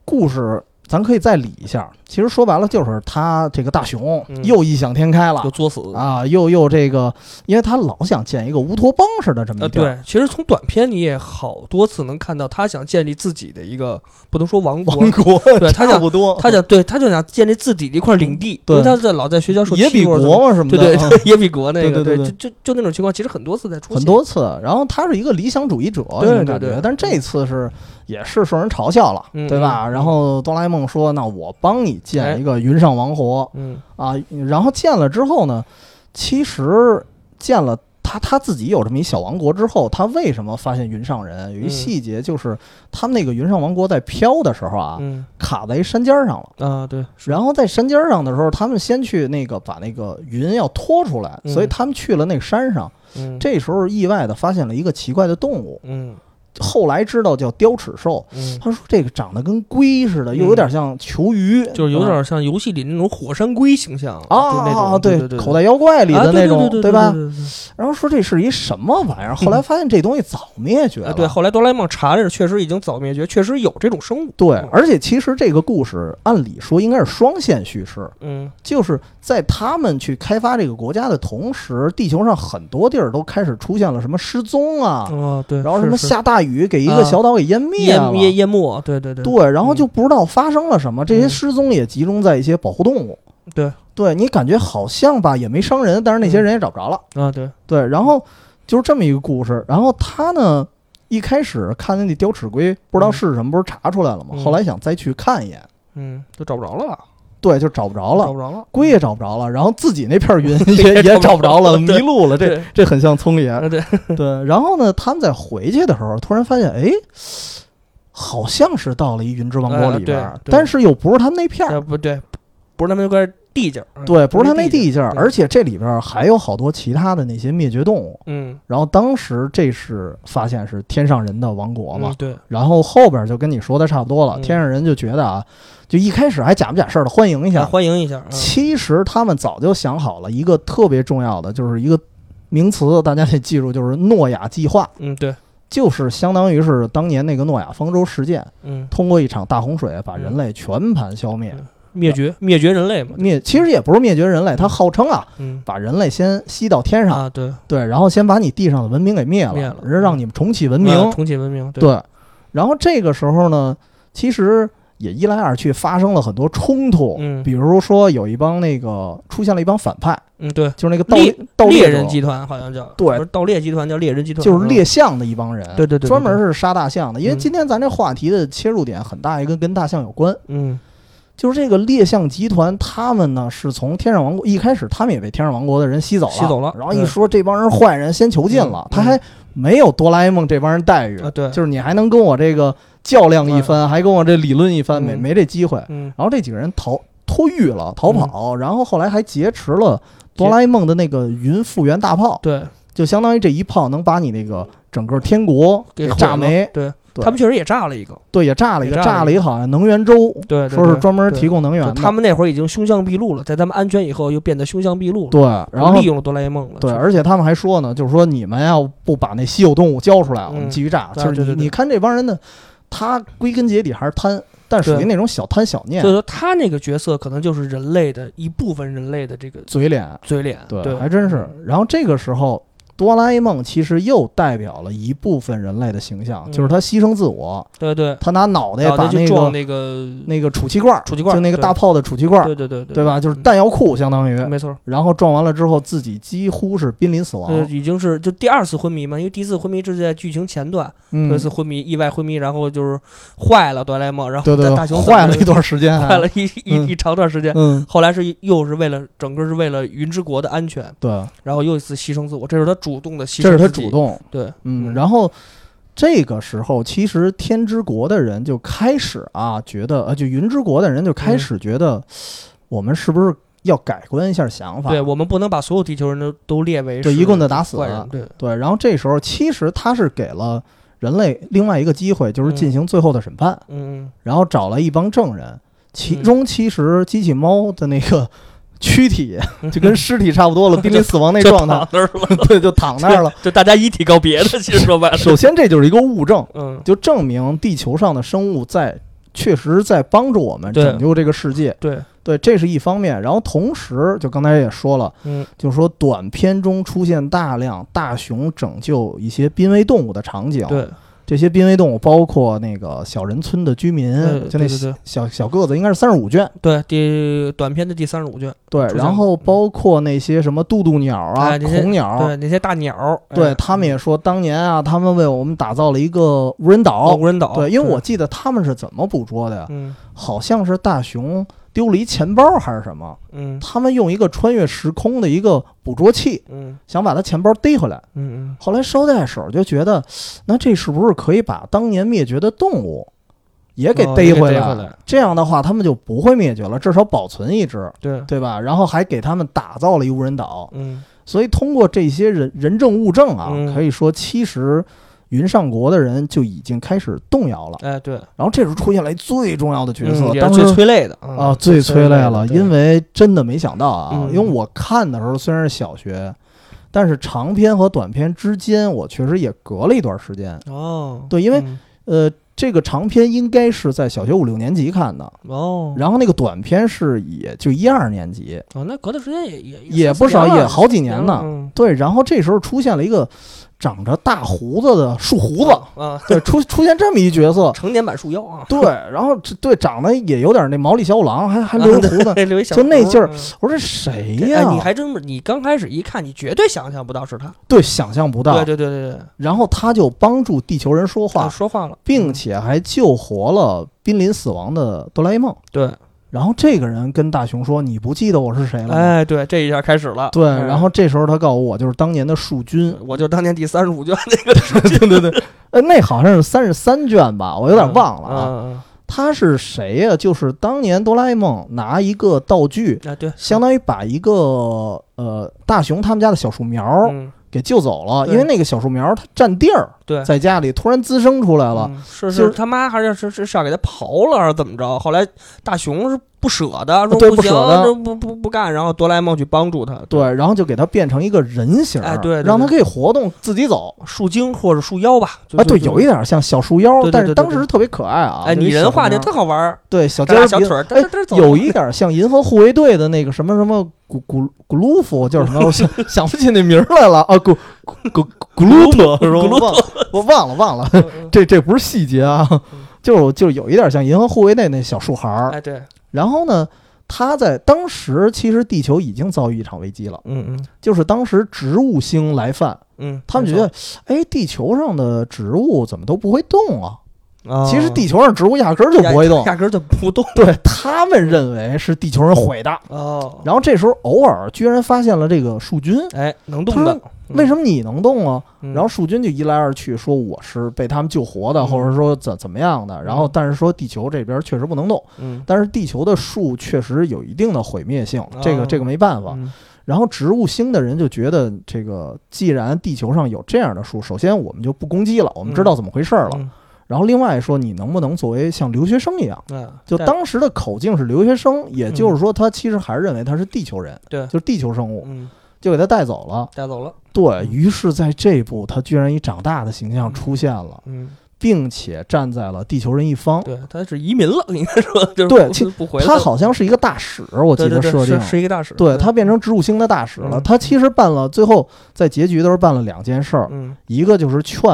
Speaker 1: 故事咱可以再理一下。其实说白了，就是他这个大熊
Speaker 2: 嗯
Speaker 1: 又异想天开了、
Speaker 2: 就作死
Speaker 1: 啊，又又这个，因为他老想建一个乌托邦似的这么
Speaker 2: 呃，
Speaker 1: 一地儿、
Speaker 2: 对，其实从短片你也好多次能看到，他想建立自己的一个，不能说王国，
Speaker 1: 王国，
Speaker 2: 对他
Speaker 1: 差
Speaker 2: 想
Speaker 1: 不多，
Speaker 2: 他想对，他就想建立自己的一块领地，
Speaker 1: 对
Speaker 2: 因为他在老在学校受
Speaker 1: 也比
Speaker 2: 欺负
Speaker 1: 国
Speaker 2: 或者怎
Speaker 1: 嘛什么
Speaker 2: 么，
Speaker 1: 的，
Speaker 2: 对对
Speaker 1: 嗯
Speaker 2: 对，也比国那
Speaker 1: 对
Speaker 2: 个，
Speaker 1: 对对对
Speaker 2: 就就就那种情况，其实很多次在出现，
Speaker 1: 很多次，然后他是一个理想主义者，
Speaker 2: 对
Speaker 1: 那种
Speaker 2: 对
Speaker 1: 感觉
Speaker 2: 对
Speaker 1: 但这次是也是受人嘲笑了，
Speaker 2: 嗯
Speaker 1: 对吧？
Speaker 2: 嗯
Speaker 1: 然后哆啦 A 梦说：“那我帮你
Speaker 2: 哎
Speaker 1: 建一个云上王国、
Speaker 2: 嗯
Speaker 1: 啊。”然后建了之后呢，其实建了他他自己有这么一小王国之后，他为什么发现云上人？有一
Speaker 2: 嗯
Speaker 1: 细节就是他们那个云上王国在飘的时候啊，
Speaker 2: 嗯
Speaker 1: 卡在一山尖儿上了。
Speaker 2: 啊，对，
Speaker 1: 然后在山尖儿上的时候，他们先去那个把那个云要拖出来，
Speaker 2: 嗯
Speaker 1: 所以他们去了那个山上。
Speaker 2: 嗯
Speaker 1: 这时候意外的发现了一个奇怪的动物，
Speaker 2: 嗯
Speaker 1: 后来知道叫雕齿兽。
Speaker 2: 嗯，
Speaker 1: 他说这个长得跟龟似的，
Speaker 2: 嗯
Speaker 1: 又有点像球鱼，嗯
Speaker 2: 就是有点像游戏里那种火山龟形象就那
Speaker 1: 啊，
Speaker 2: 种对对，啊
Speaker 1: 口袋妖怪里的那种，
Speaker 2: 对
Speaker 1: 吧？
Speaker 2: 对嗯
Speaker 1: 然后说这是一什么玩意儿，后来发现这东西早灭绝
Speaker 2: 啊，
Speaker 1: 了。
Speaker 2: 对，后来哆啦 A 梦查了，确实已经早灭绝，确实有这种生物，
Speaker 1: 对而且其实这个故事按理说应该是双线叙事，
Speaker 2: 嗯
Speaker 1: 就是在他们去开发这个国家的同时，地球上很多地儿都开始出现了什么失踪啊，
Speaker 2: 啊，对，
Speaker 1: 然后什么
Speaker 2: 是是
Speaker 1: 下大雨给一个
Speaker 2: 啊
Speaker 1: 小岛给淹灭了，
Speaker 2: 淹淹淹没，对对对
Speaker 1: 对，然后就不知道发生了什么。这些
Speaker 2: 嗯
Speaker 1: 失踪也集中在一些保护动物。
Speaker 2: 对，
Speaker 1: 对你感觉好像吧，也没伤人，但是那些人也找不着了。
Speaker 2: 啊，对，
Speaker 1: 对，然后就是这么一个故事。然后他呢，一开始看见那雕齿龟，不知道是什么，不是查出来了吗？
Speaker 2: 嗯
Speaker 1: 后来想再去看一眼，
Speaker 2: 嗯，都找不着了吧？
Speaker 1: 对，就找不着
Speaker 2: 找
Speaker 1: 了。
Speaker 2: 不着了，
Speaker 1: 龟也找不着了，然后自己那片 云也
Speaker 2: 也
Speaker 1: 也找
Speaker 2: 找
Speaker 1: 不
Speaker 2: 不
Speaker 1: 着
Speaker 2: 着
Speaker 1: 了，
Speaker 2: 了
Speaker 1: 迷
Speaker 2: 对
Speaker 1: 路了。这
Speaker 2: 嗯对
Speaker 1: 这很像聪爷。
Speaker 2: 啊， 对，
Speaker 1: 对，然后呢，他们在回去的时候，突然发现，哎，好像是到了一云之王国
Speaker 2: 哎
Speaker 1: 里边
Speaker 2: 对
Speaker 1: 儿，
Speaker 2: 对
Speaker 1: 但是又不是他们那片儿。
Speaker 2: 啊这不对，不是他们那块地界儿，
Speaker 1: 对，不是他那
Speaker 2: 地
Speaker 1: 地界儿，
Speaker 2: 对
Speaker 1: 而且这里边儿还有好多其他的那些灭绝动物。
Speaker 2: 嗯，
Speaker 1: 然后当时这是发现是天上人的王国嘛
Speaker 2: 嗯，对，
Speaker 1: 然后后边就跟你说的差不多了。
Speaker 2: 嗯
Speaker 1: 天上人就觉得啊，就一开始还假不假事儿的欢迎一
Speaker 2: 来
Speaker 1: 下，
Speaker 2: 欢迎一下，嗯
Speaker 1: 其实他们早就想好了一个特别重要的，就是一个名词，大家得记住，就是诺亚计划，
Speaker 2: 嗯，对，
Speaker 1: 就是相当于是当年那个诺亚方舟事件，
Speaker 2: 嗯，
Speaker 1: 通过一场大洪水把人类全盘消灭。
Speaker 2: 嗯灭绝灭绝人类嘛，
Speaker 1: 灭其实也不是灭绝人类，它号称啊，
Speaker 2: 嗯
Speaker 1: 把人类先吸到天上，
Speaker 2: 啊，对，
Speaker 1: 对，然后先把你地上的文明给灭了，
Speaker 2: 灭了
Speaker 1: 然后让你们重启文明，
Speaker 2: 啊重启文明，
Speaker 1: 对，然后这个时候呢，其实也一来二去发生了很多冲突，
Speaker 2: 嗯
Speaker 1: 比如说有一帮那个出现了一帮反派，
Speaker 2: 嗯，对，
Speaker 1: 就是那个盗
Speaker 2: 猎
Speaker 1: 盗
Speaker 2: 猎
Speaker 1: 者
Speaker 2: 人集团好像叫，
Speaker 1: 对
Speaker 2: 不是盗猎集团叫猎人集团，
Speaker 1: 就是猎
Speaker 2: 吧，
Speaker 1: 象的一帮人，
Speaker 2: 对对对对
Speaker 1: 专门是杀大象的。因为
Speaker 2: 嗯
Speaker 1: 今天咱这话题的切入点很大一个跟大象有关，
Speaker 2: 嗯
Speaker 1: 就是这个猎象集团，他们呢是从天上王国一开始，他们也被天上王国的人吸走了，
Speaker 2: 吸走了
Speaker 1: 然后一说这帮人坏人，先囚禁了，
Speaker 2: 嗯
Speaker 1: 他还没有哆啦 A 梦这帮人待遇，
Speaker 2: 啊，对，
Speaker 1: 就是你还能跟我这个较量一番，还跟我这理论一番，没
Speaker 2: 嗯
Speaker 1: 没这机会。
Speaker 2: 嗯
Speaker 1: 然后这几个人逃脱狱了，逃跑，然后后来还劫持了哆啦 A 梦的那个云复原大炮，
Speaker 2: 对，
Speaker 1: 就相当于这一炮能把你那个整个天国给
Speaker 2: 给
Speaker 1: 炸
Speaker 2: 毁了
Speaker 1: 没，，
Speaker 2: 对
Speaker 1: 对
Speaker 2: 他们确实也炸了一个，
Speaker 1: 对，也炸了一个，
Speaker 2: 也炸了
Speaker 1: 炸了一个好像能源州，
Speaker 2: 对，对
Speaker 1: 说是
Speaker 2: 对
Speaker 1: 专门
Speaker 2: 对
Speaker 1: 提供能源
Speaker 2: 就
Speaker 1: 的，
Speaker 2: 他们那会儿已经凶相毕露了，在他们安全以后又变得凶相毕露了，
Speaker 1: 对，然后
Speaker 2: 利用了哆啦 A 梦了，
Speaker 1: 对，
Speaker 2: 就是
Speaker 1: 而且他们还说呢，就是说你们要不把那稀有动物交出来，我们
Speaker 2: 嗯
Speaker 1: 继续炸。
Speaker 2: 对
Speaker 1: 就是你
Speaker 2: 对对对
Speaker 1: 你看这帮人呢，他归根结底还是贪，但属于
Speaker 2: 对
Speaker 1: 那种小贪小念
Speaker 2: 所，以说他那个角色可能就是人类的一部分，人类的这个
Speaker 1: 嘴脸。
Speaker 2: 嘴脸，对，
Speaker 1: 还真是。然后这个时候，哆啦 A 梦其实又代表了一部分人类的形象，
Speaker 2: 嗯
Speaker 1: 就是他牺牲自我，
Speaker 2: 对对，
Speaker 1: 他拿脑袋
Speaker 2: 脑
Speaker 1: 把
Speaker 2: 袋去
Speaker 1: 那
Speaker 2: 撞
Speaker 1: 个
Speaker 2: 那个
Speaker 1: 那个储气罐儿，
Speaker 2: 储气罐儿
Speaker 1: 就那个
Speaker 2: 对
Speaker 1: 大炮的储气罐儿，
Speaker 2: 对对对对嗯
Speaker 1: 对？吧？就是弹药库相当于，
Speaker 2: 没错，
Speaker 1: 然后撞完了之后自己几乎是濒临死
Speaker 2: 呃，
Speaker 1: 亡。
Speaker 2: 已经是就第二次昏迷嘛，因为第一次昏迷这是在剧情前段，
Speaker 1: 嗯
Speaker 2: 有一，次昏迷，意外昏迷，然后就是坏了哆啦 A 梦，然后
Speaker 1: 对对
Speaker 2: 在
Speaker 1: 对
Speaker 2: 大雄，
Speaker 1: 坏了一段时间啊，
Speaker 2: 坏了一
Speaker 1: 嗯
Speaker 2: 一一长段时间。
Speaker 1: 嗯，
Speaker 2: 后来是又是为了整个是为了云之国的安全，
Speaker 1: 对，
Speaker 2: 然后又一次牺牲自我，这是他主动的牺牲，
Speaker 1: 这是他主，动，
Speaker 2: 对，
Speaker 1: 嗯，然后这个时候，其实天之国的人就开始啊，觉得呃，就云之国的人就开
Speaker 2: 嗯
Speaker 1: 始觉得，我们是不是要改观一下想法？
Speaker 2: 对我们不能把所有地球人都都列为
Speaker 1: 就是一棍子打死
Speaker 2: 坏人，对，嗯
Speaker 1: 对，然后这时候其实他是给了人类另外一个机会，就是
Speaker 2: 嗯
Speaker 1: 进行最后的审判，
Speaker 2: 嗯，
Speaker 1: 然后找了一帮证人，其中其实机器猫的那个躯 体
Speaker 2: 嗯
Speaker 1: 就跟尸体差不多了，濒临死亡那
Speaker 2: 就
Speaker 1: 状态
Speaker 2: 躺，那儿了，
Speaker 1: 对，就躺那儿 了。
Speaker 2: 就大家一体告别的，其实说白了，
Speaker 1: 首先，这就是一个物证，
Speaker 2: 嗯，
Speaker 1: 就证明地球上的生物在确实在帮助我们
Speaker 2: 对
Speaker 1: 拯救这个世界。
Speaker 2: 对，
Speaker 1: 对，这是一方面。然后同时，就刚才也说了，
Speaker 2: 嗯，
Speaker 1: 就说短片中出现大量大熊拯救一些濒危动物的场景。，
Speaker 2: 对，
Speaker 1: 这些濒危动物包括那个小人村的居民，
Speaker 2: 嗯
Speaker 1: 就那
Speaker 2: 对对对
Speaker 1: 小小个子，应该是三十五卷。
Speaker 2: 对，第短片的第三十五卷，
Speaker 1: 对，
Speaker 2: 出现嗯
Speaker 1: 然后包括那些什么渡渡鸟啊、
Speaker 2: 哎这些
Speaker 1: 恐鸟
Speaker 2: 对
Speaker 1: 啊，
Speaker 2: 那些大鸟儿，
Speaker 1: 对
Speaker 2: 哎
Speaker 1: 他们也说当年啊，他们为我们打造了一个无人
Speaker 2: 哦，
Speaker 1: 岛。
Speaker 2: 无人岛，
Speaker 1: 对，因为我记得他们是怎么捕捉的呀？
Speaker 2: 嗯
Speaker 1: 好像是大熊丢了一钱包还是什么，
Speaker 2: 嗯
Speaker 1: 他们用一个穿越时空的一个捕捉器，
Speaker 2: 嗯
Speaker 1: 想把他钱包逮回来。
Speaker 2: 嗯嗯，
Speaker 1: 后来捎带手就觉得，那这是不是可以把当年灭绝的动物也给
Speaker 2: 哦
Speaker 1: 逮
Speaker 2: 也给
Speaker 1: 回
Speaker 2: 逮
Speaker 1: 来？
Speaker 2: 回来
Speaker 1: 这样的话，他们就不会灭绝了，至少保存一只，
Speaker 2: 对，
Speaker 1: 对吧？然后还给他们打造了一无人岛。
Speaker 2: 嗯
Speaker 1: 所以通过这些人人证物证啊，
Speaker 2: 嗯
Speaker 1: 可以说其实云上国的人就已经开始动摇了。
Speaker 2: 哎对，
Speaker 1: 然后这时候出现了一最重要的角色，
Speaker 2: 嗯也
Speaker 1: 当
Speaker 2: 是
Speaker 1: 时
Speaker 2: 最催泪的
Speaker 1: 啊，最催泪了，因
Speaker 2: 为
Speaker 1: 为真的没想到啊，
Speaker 2: 嗯
Speaker 1: 因为我看的时候虽然是小学，但是长篇和短篇之间，我确实也隔了一段时间。
Speaker 2: 哦，
Speaker 1: 对因为
Speaker 2: 嗯
Speaker 1: 呃，这个长篇应该是在小学五六年级看的，
Speaker 2: 哦，
Speaker 1: 然后那个短篇是也就一二年级，
Speaker 2: 哦，那隔的时间也也
Speaker 1: 也
Speaker 2: 也
Speaker 1: 不少，也好几
Speaker 2: 几
Speaker 1: 年呢。
Speaker 2: 嗯，
Speaker 1: 对，然后这时候出现了一个长着大胡子的树胡子，
Speaker 2: 啊，，
Speaker 1: 对，出出现这么一角色
Speaker 2: 成年版树妖啊，，
Speaker 1: 对，然后这对长得也有点那毛利小五郎，还还留着胡子
Speaker 2: 留一小
Speaker 1: 就那
Speaker 2: 胡
Speaker 1: 劲儿
Speaker 2: 嗯
Speaker 1: 我说这 谁
Speaker 2: 哎
Speaker 1: 呀？，
Speaker 2: 你还真不，你刚开始一看，你绝对想象不到是他。
Speaker 1: 对，想象不到。
Speaker 2: 对对对对对，
Speaker 1: 然后他就帮助地球人说
Speaker 2: 他
Speaker 1: 话，
Speaker 2: 说话了，
Speaker 1: 并
Speaker 2: 嗯
Speaker 1: 且还救活了濒临死亡的哆啦 A 梦。
Speaker 2: 对，
Speaker 1: 然后这个人跟大雄说：“你不记得我是谁了吗？”
Speaker 2: 哎，对，这一下开始了。
Speaker 1: 对，
Speaker 2: 嗯
Speaker 1: 然后这时候他告诉我，就是当年的树
Speaker 2: ，
Speaker 1: 君
Speaker 2: 我就当年第三十五卷那个
Speaker 1: 对对对，呃，那好像是三十三卷吧，我有点忘了啊。
Speaker 2: 啊
Speaker 1: 他是谁呀、就是当年哆啦 A 梦拿一个道具，
Speaker 2: 啊，对，
Speaker 1: 相当于把一个呃大雄他们家的小树苗儿
Speaker 2: 嗯
Speaker 1: 给救走了，
Speaker 2: 对
Speaker 1: 因为那个小树苗儿它占地儿，
Speaker 2: 对
Speaker 1: 在家里突然滋生出来了，
Speaker 2: 嗯是
Speaker 1: 就是
Speaker 2: 是他妈还是是是是要给他刨了还是怎么着？后来大雄是不舍得，说
Speaker 1: 对
Speaker 2: 不
Speaker 1: 不
Speaker 2: 行，
Speaker 1: 舍得
Speaker 2: 这不不不干，然后哆啦 A 梦去帮助他，
Speaker 1: 对，然后就给它变成一个人形儿，
Speaker 2: 哎对对
Speaker 1: 让它
Speaker 2: 对
Speaker 1: 可以活动自己走
Speaker 2: 树精或者树妖吧？就
Speaker 1: 啊，
Speaker 2: 就
Speaker 1: 对，
Speaker 2: 就
Speaker 1: 有一点像小树妖，
Speaker 2: 对对
Speaker 1: 但是
Speaker 2: 对对
Speaker 1: 当
Speaker 2: 对
Speaker 1: 时特别可爱啊，
Speaker 2: 哎，
Speaker 1: 就
Speaker 2: 拟
Speaker 1: 一
Speaker 2: 人
Speaker 1: 小
Speaker 2: 化
Speaker 1: 树
Speaker 2: 就
Speaker 1: 苗
Speaker 2: 特好玩儿，
Speaker 1: 对小
Speaker 2: 扎
Speaker 1: 尖儿
Speaker 2: 俩小
Speaker 1: 鼻
Speaker 2: 腿儿，
Speaker 1: 哎
Speaker 2: 嘚嘚嘚走
Speaker 1: 有一点像银河护卫队的那个什么什么古古古鲁夫，叫 什么？我想想不起那名儿来了啊，古古古古鲁特是吧？我
Speaker 2: 古鲁
Speaker 1: 忘了，我忘了忘了，
Speaker 2: 嗯 嗯
Speaker 1: 这这不是细节啊
Speaker 2: 嗯，
Speaker 1: 就是就是有一点像银河护卫队那小树孩儿。
Speaker 2: 哎对，
Speaker 1: 然后呢，他在当时其实地球已经遭遇一场危机了，
Speaker 2: 嗯嗯
Speaker 1: 就是当时植物星来犯。
Speaker 2: 嗯，
Speaker 1: 他们觉得，哎，地球上的植物怎么都不会动啊？
Speaker 2: 得
Speaker 1: 其实地球上植物压根儿就不会动，
Speaker 2: 哦压根儿就不动
Speaker 1: 对他们认为是地球人毁的。
Speaker 2: 哦。
Speaker 1: 然后这时候偶尔居然发现了这个树菌，
Speaker 2: 哎，能动的，
Speaker 1: 为什么你能动啊？
Speaker 2: 嗯
Speaker 1: 然后树菌就一来二去说我是被他们救活的，
Speaker 2: 嗯
Speaker 1: 或者说怎怎么样的。然后但是说地球这边确实不能动，
Speaker 2: 嗯，
Speaker 1: 但是地球的树确实有一定的毁灭性，这个
Speaker 2: 哦
Speaker 1: 这个没办法。
Speaker 2: 嗯
Speaker 1: 然后植物星的人就觉得，这个既然地球上有这样的树，首先我们就不攻击了，我们知道怎么回事儿了。
Speaker 2: 嗯
Speaker 1: 然后另外说，你能不能作为像留学生一样，
Speaker 2: 嗯，
Speaker 1: 就
Speaker 2: 但
Speaker 1: 当时的口径是留学生，也就是说他其实还是认为他是地球人，
Speaker 2: 对
Speaker 1: 就是地球生物，
Speaker 2: 嗯
Speaker 1: 就给他带走了。
Speaker 2: 带走了，
Speaker 1: 对于是，在这部他居然以长大的形象出现了，
Speaker 2: 嗯
Speaker 1: 并且站在了地球人一方。
Speaker 2: 对，他是移民了，应该说就是
Speaker 1: 对
Speaker 2: 不
Speaker 1: 其
Speaker 2: 不回来了。
Speaker 1: 他好像是一个大使，我记
Speaker 2: 对
Speaker 1: 得
Speaker 2: 对对
Speaker 1: 设定
Speaker 2: 是是一个大使，
Speaker 1: 对他变成植物星的大使了。
Speaker 2: 嗯
Speaker 1: 他其实办了，最后在结局的时候办了两件事儿，
Speaker 2: 嗯，
Speaker 1: 一个就是劝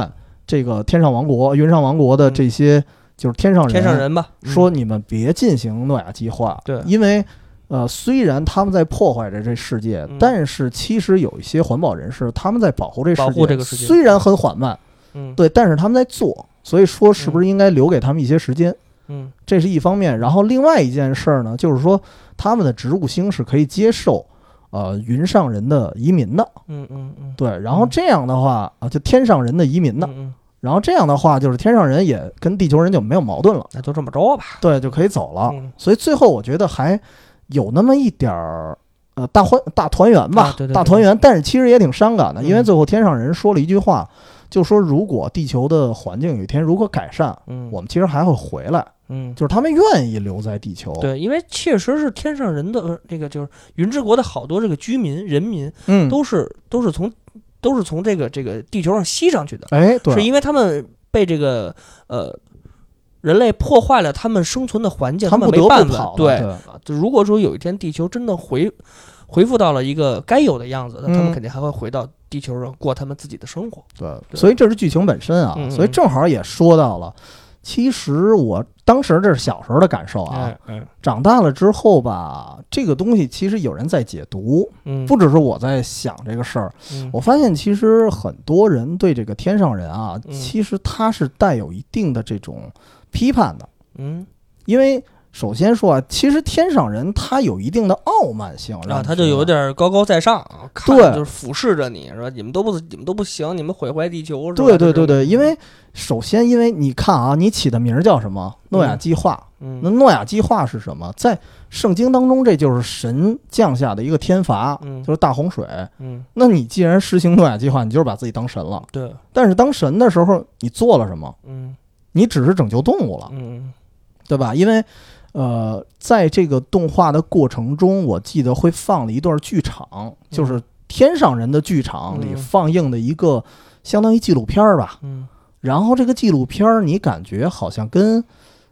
Speaker 1: 这个天上王国、云上王国的这些就是天上人，
Speaker 2: 嗯天上人吧，嗯
Speaker 1: 说你们别进行诺亚计划，
Speaker 2: 对
Speaker 1: 因为。呃，虽然他们在破坏着这世界，
Speaker 2: 嗯
Speaker 1: 但是其实有一些环保人士他们在保护这世界，
Speaker 2: 保护这个世界
Speaker 1: 虽然很缓慢，
Speaker 2: 嗯，
Speaker 1: 对，但是他们在做，所以说是不是应该留给他们一些时间？
Speaker 2: 嗯
Speaker 1: 这是一方面。然后另外一件事儿呢，就是说他们的植物星是可以接受呃云上人的移民的，
Speaker 2: 嗯嗯嗯，
Speaker 1: 对。然后
Speaker 2: 嗯
Speaker 1: 这样的话啊，就天上人的移民的，
Speaker 2: 嗯嗯
Speaker 1: 然后这样的话就是天上人也跟地球人就没有矛盾了，
Speaker 2: 那就这么着吧。
Speaker 1: 对，就可以走了。
Speaker 2: 嗯
Speaker 1: 所以最后我觉得还有那么一点儿。呃，大欢大团圆吧，
Speaker 2: 啊对对对
Speaker 1: 大团圆，但是其实也挺伤感的，因为
Speaker 2: 嗯
Speaker 1: 最后天上人说了一句话，就说如果地球的环境有一天如果改善，
Speaker 2: 嗯，
Speaker 1: 我们其实还会回来，
Speaker 2: 嗯。
Speaker 1: 就是他们愿意留在地球。，
Speaker 2: 对，因为确实是天上人的呃这个就是云之国的好多这个居民人民
Speaker 1: 嗯，
Speaker 2: 都是、都是从都是从这个这个地球上吸上去的，
Speaker 1: 哎，对，
Speaker 2: 是因为他们被这个呃人类破坏了他们生存的环境，
Speaker 1: 他们
Speaker 2: 们
Speaker 1: 不
Speaker 2: 没
Speaker 1: 得
Speaker 2: 办
Speaker 1: 不
Speaker 2: 法
Speaker 1: 跑。
Speaker 2: 对，
Speaker 1: 了，
Speaker 2: 就如果说有一天地球真的回恢复到了一个该有的样子，那他们
Speaker 1: 嗯
Speaker 2: 肯定还会回到地球上过他们自己的生活。
Speaker 1: 对
Speaker 2: 对
Speaker 1: 所以这是剧情本身啊，
Speaker 2: 嗯嗯
Speaker 1: 所以正好也说到了。其实我当时这是小时候的感受啊，
Speaker 2: 哎，嗯
Speaker 1: 长大了之后吧，这个东西其实有人在解读，
Speaker 2: 嗯，
Speaker 1: 不只是我在想这个事儿。
Speaker 2: 嗯，
Speaker 1: 我发现其实很多人对这个天上人啊，
Speaker 2: 嗯
Speaker 1: 其实他是带有一定的这种批判的，
Speaker 2: 嗯
Speaker 1: 因为首先说啊，其实天上人他有一定的傲慢性，让
Speaker 2: 啊，
Speaker 1: 你
Speaker 2: 他
Speaker 1: 觉
Speaker 2: 就
Speaker 1: 得
Speaker 2: 有点高高在上啊，看
Speaker 1: 对
Speaker 2: 就是俯视着你，说你们都不你们都不行，你们毁坏地球。是吧
Speaker 1: 对对对，
Speaker 2: 这
Speaker 1: 对，
Speaker 2: 种
Speaker 1: 因为首先，因为你看啊，你起的名儿叫什么？诺亚计划。那
Speaker 2: 嗯
Speaker 1: 诺亚计划是什么？在圣经当中，这就是神降下的一个天罚，
Speaker 2: 嗯
Speaker 1: 就是大洪水。
Speaker 2: 嗯，
Speaker 1: 那你既然实行诺亚计划，你就是把自己当神了。
Speaker 2: 对，
Speaker 1: 但是当神的时候，你做了什么？
Speaker 2: 嗯
Speaker 1: 你只是拯救动物了，
Speaker 2: 嗯
Speaker 1: 对吧？因为，呃，在这个动画的过程中，我记得会放了一段剧场，就是天上人的剧场里
Speaker 2: 嗯
Speaker 1: 放映的一个相当于纪录片儿吧。
Speaker 2: 嗯
Speaker 1: 然后这个纪录片儿，你感觉好像跟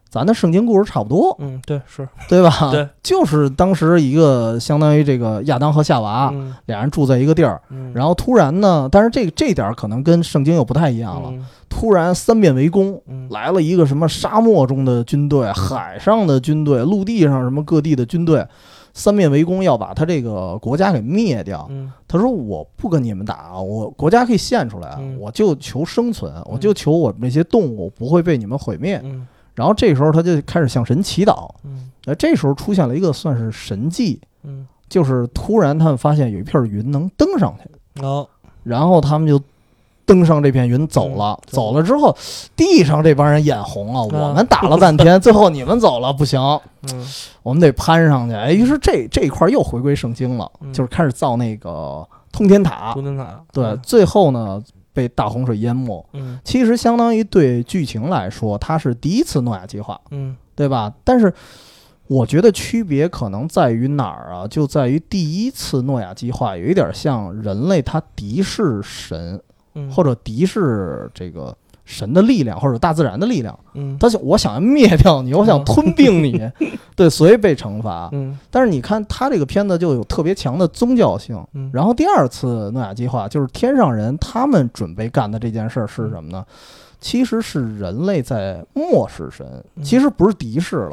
Speaker 1: 咱的圣经故事差不多，
Speaker 2: 嗯，对是
Speaker 1: 对吧？
Speaker 2: 对，
Speaker 1: 就是当时一个相当于这个亚当和夏娃、
Speaker 2: 嗯
Speaker 1: 俩人住在一个地儿，
Speaker 2: 嗯，
Speaker 1: 啊然后突然呢，但是这这点儿可能跟圣经又不太一样了。
Speaker 2: 嗯
Speaker 1: 突然三面围攻，
Speaker 2: 嗯
Speaker 1: 来了一个什么沙漠中的军队、海上的军队、陆地上什么各地的军队，三面围攻要把他这个国家给灭掉。
Speaker 2: 嗯
Speaker 1: 他说：“我不跟你们打，我国家可以献出来啊
Speaker 2: 嗯，
Speaker 1: 我就求生存，我就求我们这些动物不会被你们毁灭。
Speaker 2: 嗯
Speaker 1: 然后这时候他就开始向神祈祷。
Speaker 2: 嗯
Speaker 1: 呃，这时候出现了一个算是神迹，
Speaker 2: 嗯，
Speaker 1: 就是突然他们发现有一片云能登上去，
Speaker 2: 然后
Speaker 1: 然后他们就登上这片云走了。
Speaker 2: 嗯
Speaker 1: 走了之后，地上这帮人眼红啊，
Speaker 2: 啊
Speaker 1: 我们打了半天，最后你们走了不行，
Speaker 2: 嗯
Speaker 1: 我们得攀上去。哎，于是这这一块又回归圣经了，
Speaker 2: 嗯
Speaker 1: 就是开始造那个通天塔。
Speaker 2: 图顿塔
Speaker 1: 啊对，最后呢被大洪水淹没。
Speaker 2: 嗯
Speaker 1: 其实相当于对剧情来说，它是第一次诺亚计划，
Speaker 2: 嗯
Speaker 1: 对吧？但是我觉得区别可能在于哪儿啊？就在于第一次诺亚计划有一点像人类他敌视神，
Speaker 2: 嗯，
Speaker 1: 或者敌视这个神的力量，或者大自然的力量。
Speaker 2: 嗯
Speaker 1: 他想，我想要灭掉你，我想吞并 你，对，所以被惩罚。
Speaker 2: 嗯
Speaker 1: 但是你看他这个片子就有特别强的宗教性，
Speaker 2: 嗯，
Speaker 1: 然后第二次诺亚计划就是天上人他们准备干的这件事儿
Speaker 2: 嗯
Speaker 1: 是什么呢？其实是人类在漠视神，
Speaker 2: 嗯
Speaker 1: 其实不是敌视了，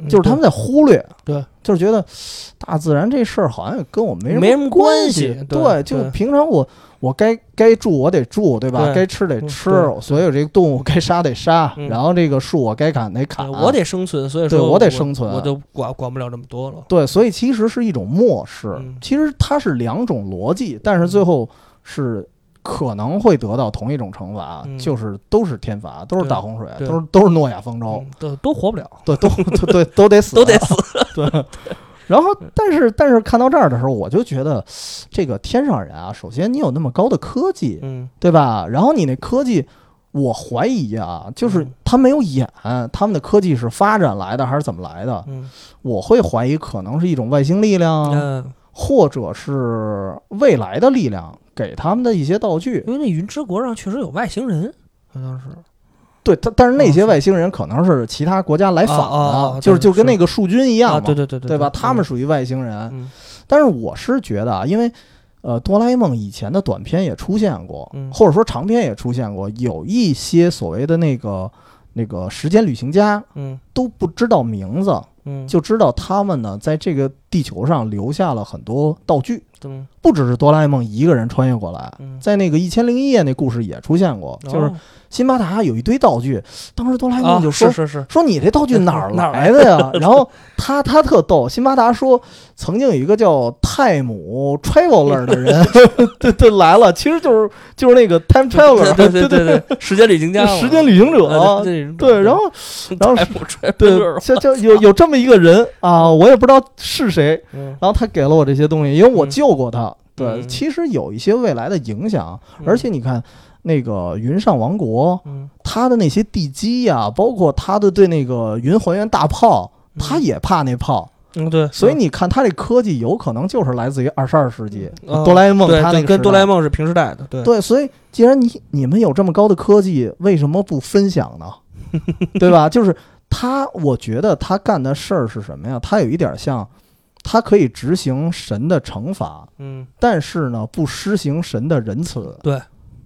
Speaker 2: 后
Speaker 1: 就是他们在忽略，
Speaker 2: 对，
Speaker 1: 就是觉得大自然这事儿好像也跟我没什么
Speaker 2: 没什么
Speaker 1: 关
Speaker 2: 关系对
Speaker 1: 对，就
Speaker 2: 对
Speaker 1: 平常我我该该住我得住，对吧？
Speaker 2: 对
Speaker 1: 该吃得
Speaker 2: 嗯
Speaker 1: 吃
Speaker 2: 对，
Speaker 1: 所有这个动物该杀得杀，
Speaker 2: 嗯
Speaker 1: 然后这个树我该砍得砍，
Speaker 2: 对啊我得生存，所以
Speaker 1: 啊对
Speaker 2: 说
Speaker 1: 我得生存
Speaker 2: 我都管管不了这么多了。
Speaker 1: 对，所以其实是一种漠视。
Speaker 2: 嗯
Speaker 1: 其实它是两种逻辑，但是最后是可能会得到同一种惩罚，
Speaker 2: 嗯
Speaker 1: 就是都是天罚，都是大洪水，
Speaker 2: 对
Speaker 1: 都是都是诺亚方舟，
Speaker 2: 嗯都都活不了，
Speaker 1: 对，都都对都得死，啊
Speaker 2: 都得死。
Speaker 1: 对。然后，但是但是看到这儿的时候，我就觉得这个天上人啊，首先你有那么高的科技，
Speaker 2: 嗯，
Speaker 1: 对吧？然后你那科技。我怀疑啊，就是
Speaker 2: 嗯
Speaker 1: 他没有演，他们的科技是发展来的还是怎么来的？
Speaker 2: 嗯
Speaker 1: 我会怀疑可能是一种外星力量啊，
Speaker 2: 嗯，
Speaker 1: 或者是未来的
Speaker 2: 嗯
Speaker 1: 力量给他们的一些道具。
Speaker 2: 因为那云之国上确实有外星人，好像是
Speaker 1: 对，但但是那些
Speaker 2: 哦
Speaker 1: 外星人可能是其他国家来访的，
Speaker 2: 啊啊啊
Speaker 1: 就是
Speaker 2: 对
Speaker 1: 就跟
Speaker 2: 是
Speaker 1: 那个树军一样嘛，
Speaker 2: 啊，对对对对，
Speaker 1: 吧？他们
Speaker 2: 说，
Speaker 1: 属于外星人，
Speaker 2: 嗯
Speaker 1: 但是我是觉得啊，因为呃，哆啦 A 梦以前的短片也出现过，
Speaker 2: 嗯
Speaker 1: 或者说长片也出现过，有一些所谓的那个那个时间旅行家
Speaker 2: 嗯
Speaker 1: 都不知道名字，
Speaker 2: 嗯，
Speaker 1: 就知道他们呢在这个地球上留下了很多道具，
Speaker 2: 嗯
Speaker 1: 不只是哆啦 A 梦一个人穿越过来。
Speaker 2: 嗯，
Speaker 1: 在那个《一千零一夜》那故事也出现过，就是
Speaker 2: 哦
Speaker 1: 辛巴达有一堆道具，当时哆啦 A
Speaker 2: 啊，
Speaker 1: 梦就说
Speaker 2: 是是 是，
Speaker 1: 说你这道具哪儿
Speaker 2: 哪儿
Speaker 1: 来的呀？ 然后他他特逗，辛巴达说曾经有一个叫泰姆 traveler 的人， 对对来了，其实就是就是那个 time traveler，
Speaker 2: 对对对对， 时间旅行家嘛，
Speaker 1: 时间旅行者。
Speaker 2: 啊对对
Speaker 1: 对， 然后然后
Speaker 2: 太不吹
Speaker 1: 对
Speaker 2: 味儿，了
Speaker 1: 就就有有这么一个人啊，我也不知道是谁，
Speaker 2: 嗯
Speaker 1: 然后他给了我这些东西，因为我
Speaker 2: 嗯
Speaker 1: 救过他。对，
Speaker 2: 嗯
Speaker 1: 其实有一些未来的影响，
Speaker 2: 嗯
Speaker 1: 而且你看那个云上王国，
Speaker 2: 嗯，
Speaker 1: 他的那些地基呀、包括他的对那个云还原大炮，
Speaker 2: 嗯
Speaker 1: 他也怕那炮，
Speaker 2: 嗯对，
Speaker 1: 所以你看他这科技有可能就是来自于二十二世纪、呃
Speaker 2: 嗯
Speaker 1: 哆啦 A 梦，
Speaker 2: 对
Speaker 1: 他那
Speaker 2: 就
Speaker 1: 个
Speaker 2: 跟哆啦 A
Speaker 1: 梦
Speaker 2: 梦是平时代的，对
Speaker 1: 对，所以既然你你们有这么高的科技，为什么不分享呢？ 对吧？就是他，我觉得他干的事儿是什么呀？他有一点像，他可以执行神的惩罚，
Speaker 2: 嗯
Speaker 1: 但是呢，不施行神的仁慈。
Speaker 2: 对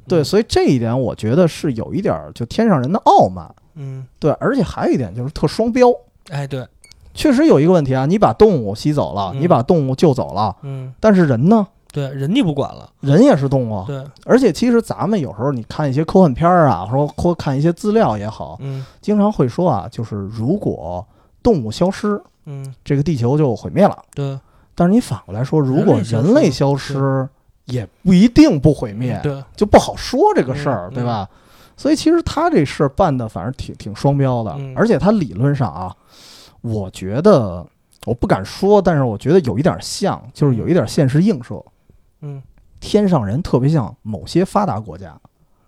Speaker 1: 对，
Speaker 2: 嗯
Speaker 1: 所以这一点我觉得是有一点儿就天上人的傲慢。
Speaker 2: 嗯，
Speaker 1: 对，而且还有一点就是特双标，
Speaker 2: 哎对，
Speaker 1: 确实有一个问题啊，你把动物吸走了，
Speaker 2: 嗯
Speaker 1: 你把动物救走了，
Speaker 2: 嗯哦
Speaker 1: 但是人呢？
Speaker 2: 对，人家不管了，
Speaker 1: 人也是动物，
Speaker 2: 嗯对，
Speaker 1: 而且其实咱们有时候你看一些科幻片儿啊，说或看一些资料也好，
Speaker 2: 嗯
Speaker 1: 经常会说啊，就是如果动物消失，
Speaker 2: 嗯
Speaker 1: 这个地球就毁灭了。
Speaker 2: 对
Speaker 1: 但是你反过来说，如果人
Speaker 2: 人类
Speaker 1: 类
Speaker 2: 消
Speaker 1: 消
Speaker 2: 失
Speaker 1: 失，也不一定不毁灭，
Speaker 2: 对，
Speaker 1: 就不好说这个事儿，
Speaker 2: 嗯
Speaker 1: 对吧？所以其实他这事儿办的反正挺挺双标的，
Speaker 2: 嗯
Speaker 1: 而且他理论上啊，我觉得我不敢说，但是我觉得有一点像，就是有一点现实映射。
Speaker 2: 嗯
Speaker 1: 天上人特别像某些发达国家，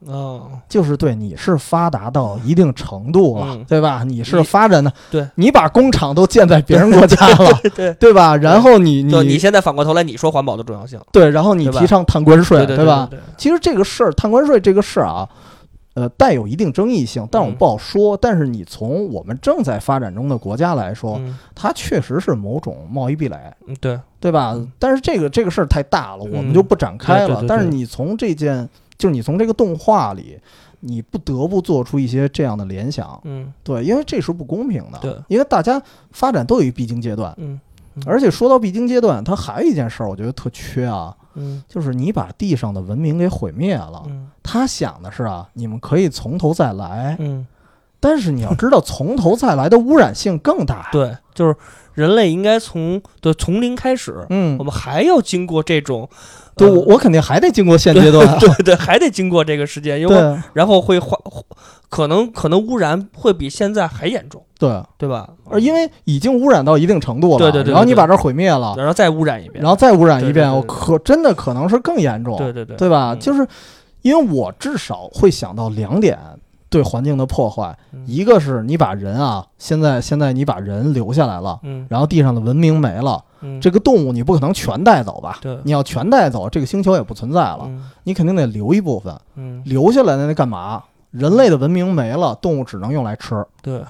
Speaker 2: 哦
Speaker 1: 就是对你是发达到一定程度了，
Speaker 2: 嗯
Speaker 1: 对吧？你是
Speaker 2: 你
Speaker 1: 发展的，
Speaker 2: 对
Speaker 1: 你把工厂都建在别人国家了，
Speaker 2: 对对。
Speaker 1: 对吧？然后你
Speaker 2: 就
Speaker 1: 你
Speaker 2: 你现在反过头来，你说环保的重要性，
Speaker 1: 对，然后你
Speaker 2: 对吧
Speaker 1: 提倡碳关税，
Speaker 2: 对
Speaker 1: 吧？
Speaker 2: 对
Speaker 1: 其实这个事儿，碳关税这个事儿啊，呃，带有一定争议性，但我们
Speaker 2: 嗯
Speaker 1: 不好说。但是你从我们正在发展中的国家来说，
Speaker 2: 嗯
Speaker 1: 它确实是某种贸易壁垒，
Speaker 2: 嗯对，
Speaker 1: 对吧？
Speaker 2: 嗯
Speaker 1: 但是这个这个事儿太大了，
Speaker 2: 嗯
Speaker 1: 我们就不展开了。
Speaker 2: 对对对对
Speaker 1: 但是你从这件，就是你从这个动画里。你不得不做出一些这样的联想，
Speaker 2: 嗯
Speaker 1: 对，因为这是不公平的。
Speaker 2: 对
Speaker 1: 因为大家发展都有一必经阶段，
Speaker 2: 嗯
Speaker 1: 而且说到必经阶段，它还有一件事儿，我觉得特缺啊，
Speaker 2: 嗯
Speaker 1: 就是你把地上的文明给毁灭了，
Speaker 2: 嗯
Speaker 1: 他想的是啊，你们可以从头再来，
Speaker 2: 嗯，
Speaker 1: 但是你要知道，从头再来的污染性更大。，
Speaker 2: 对，就是人类应该从对从零开始，
Speaker 1: 嗯
Speaker 2: 我，们还要经过这种，
Speaker 1: 对
Speaker 2: 呃
Speaker 1: 我我肯定还得经过现阶段啊。
Speaker 2: 对对，还得经过这个时间，因为
Speaker 1: 对
Speaker 2: 然后会化，可能可能污染会比现在还严重，
Speaker 1: 对，
Speaker 2: 对吧？
Speaker 1: 而因为已经污染到一定程度了，
Speaker 2: 对对对对
Speaker 1: 然后你把这儿毁灭了，
Speaker 2: 嗯然后再污染一遍，
Speaker 1: 然后再污染一
Speaker 2: 对对
Speaker 1: 遍，
Speaker 2: 对
Speaker 1: 我
Speaker 2: 对
Speaker 1: 可真的可能是更严重，
Speaker 2: 对对对，
Speaker 1: 吧？
Speaker 2: 嗯
Speaker 1: 就是因为我至少会想到两点对环境的破坏，
Speaker 2: 嗯
Speaker 1: 一个是你把人啊，现在现在你把人留下来了，
Speaker 2: 嗯
Speaker 1: 然后地上的文明没了，
Speaker 2: 嗯
Speaker 1: 这个动物你不可能全带走吧？
Speaker 2: 对
Speaker 1: 你要全带走，这个星球也不存在了，
Speaker 2: 嗯
Speaker 1: 你肯定得留一部分，
Speaker 2: 嗯
Speaker 1: 留下来那干嘛？人类的文明没了，动物只能用来吃。
Speaker 2: 对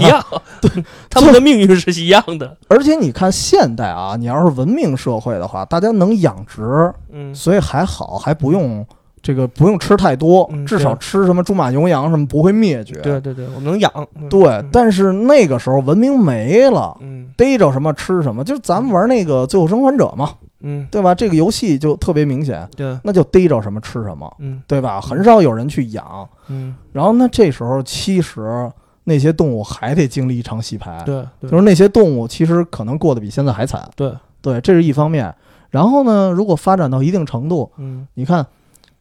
Speaker 2: 一样， 对他们的命运是一样的，
Speaker 1: 而且你看现代啊，你要是文明社会的话，大家能养殖，
Speaker 2: 嗯
Speaker 1: 所以还好，还不用这个不用吃太多
Speaker 2: 嗯，
Speaker 1: 至少
Speaker 2: 对
Speaker 1: 吃什么猪马牛羊什么不会灭绝。
Speaker 2: 对对对，我们能养，嗯
Speaker 1: 对，但是那个时候文明没了，
Speaker 2: 嗯
Speaker 1: 逮着什么吃什么，就是咱们玩那个《最后生还者》嘛，
Speaker 2: 嗯
Speaker 1: 对吧？这个游戏就特别明显，
Speaker 2: 对，
Speaker 1: 那就逮着什么吃什么。
Speaker 2: 嗯
Speaker 1: 对吧？很少有人去养。
Speaker 2: 嗯
Speaker 1: 然后那这时候其实那些动物还得经历一场洗牌，
Speaker 2: 对对
Speaker 1: 就是那些动物其实可能过得比现在还惨。
Speaker 2: 啊对
Speaker 1: 对，这是一方面。然后呢，如果发展到一定程度，
Speaker 2: 嗯
Speaker 1: 你看，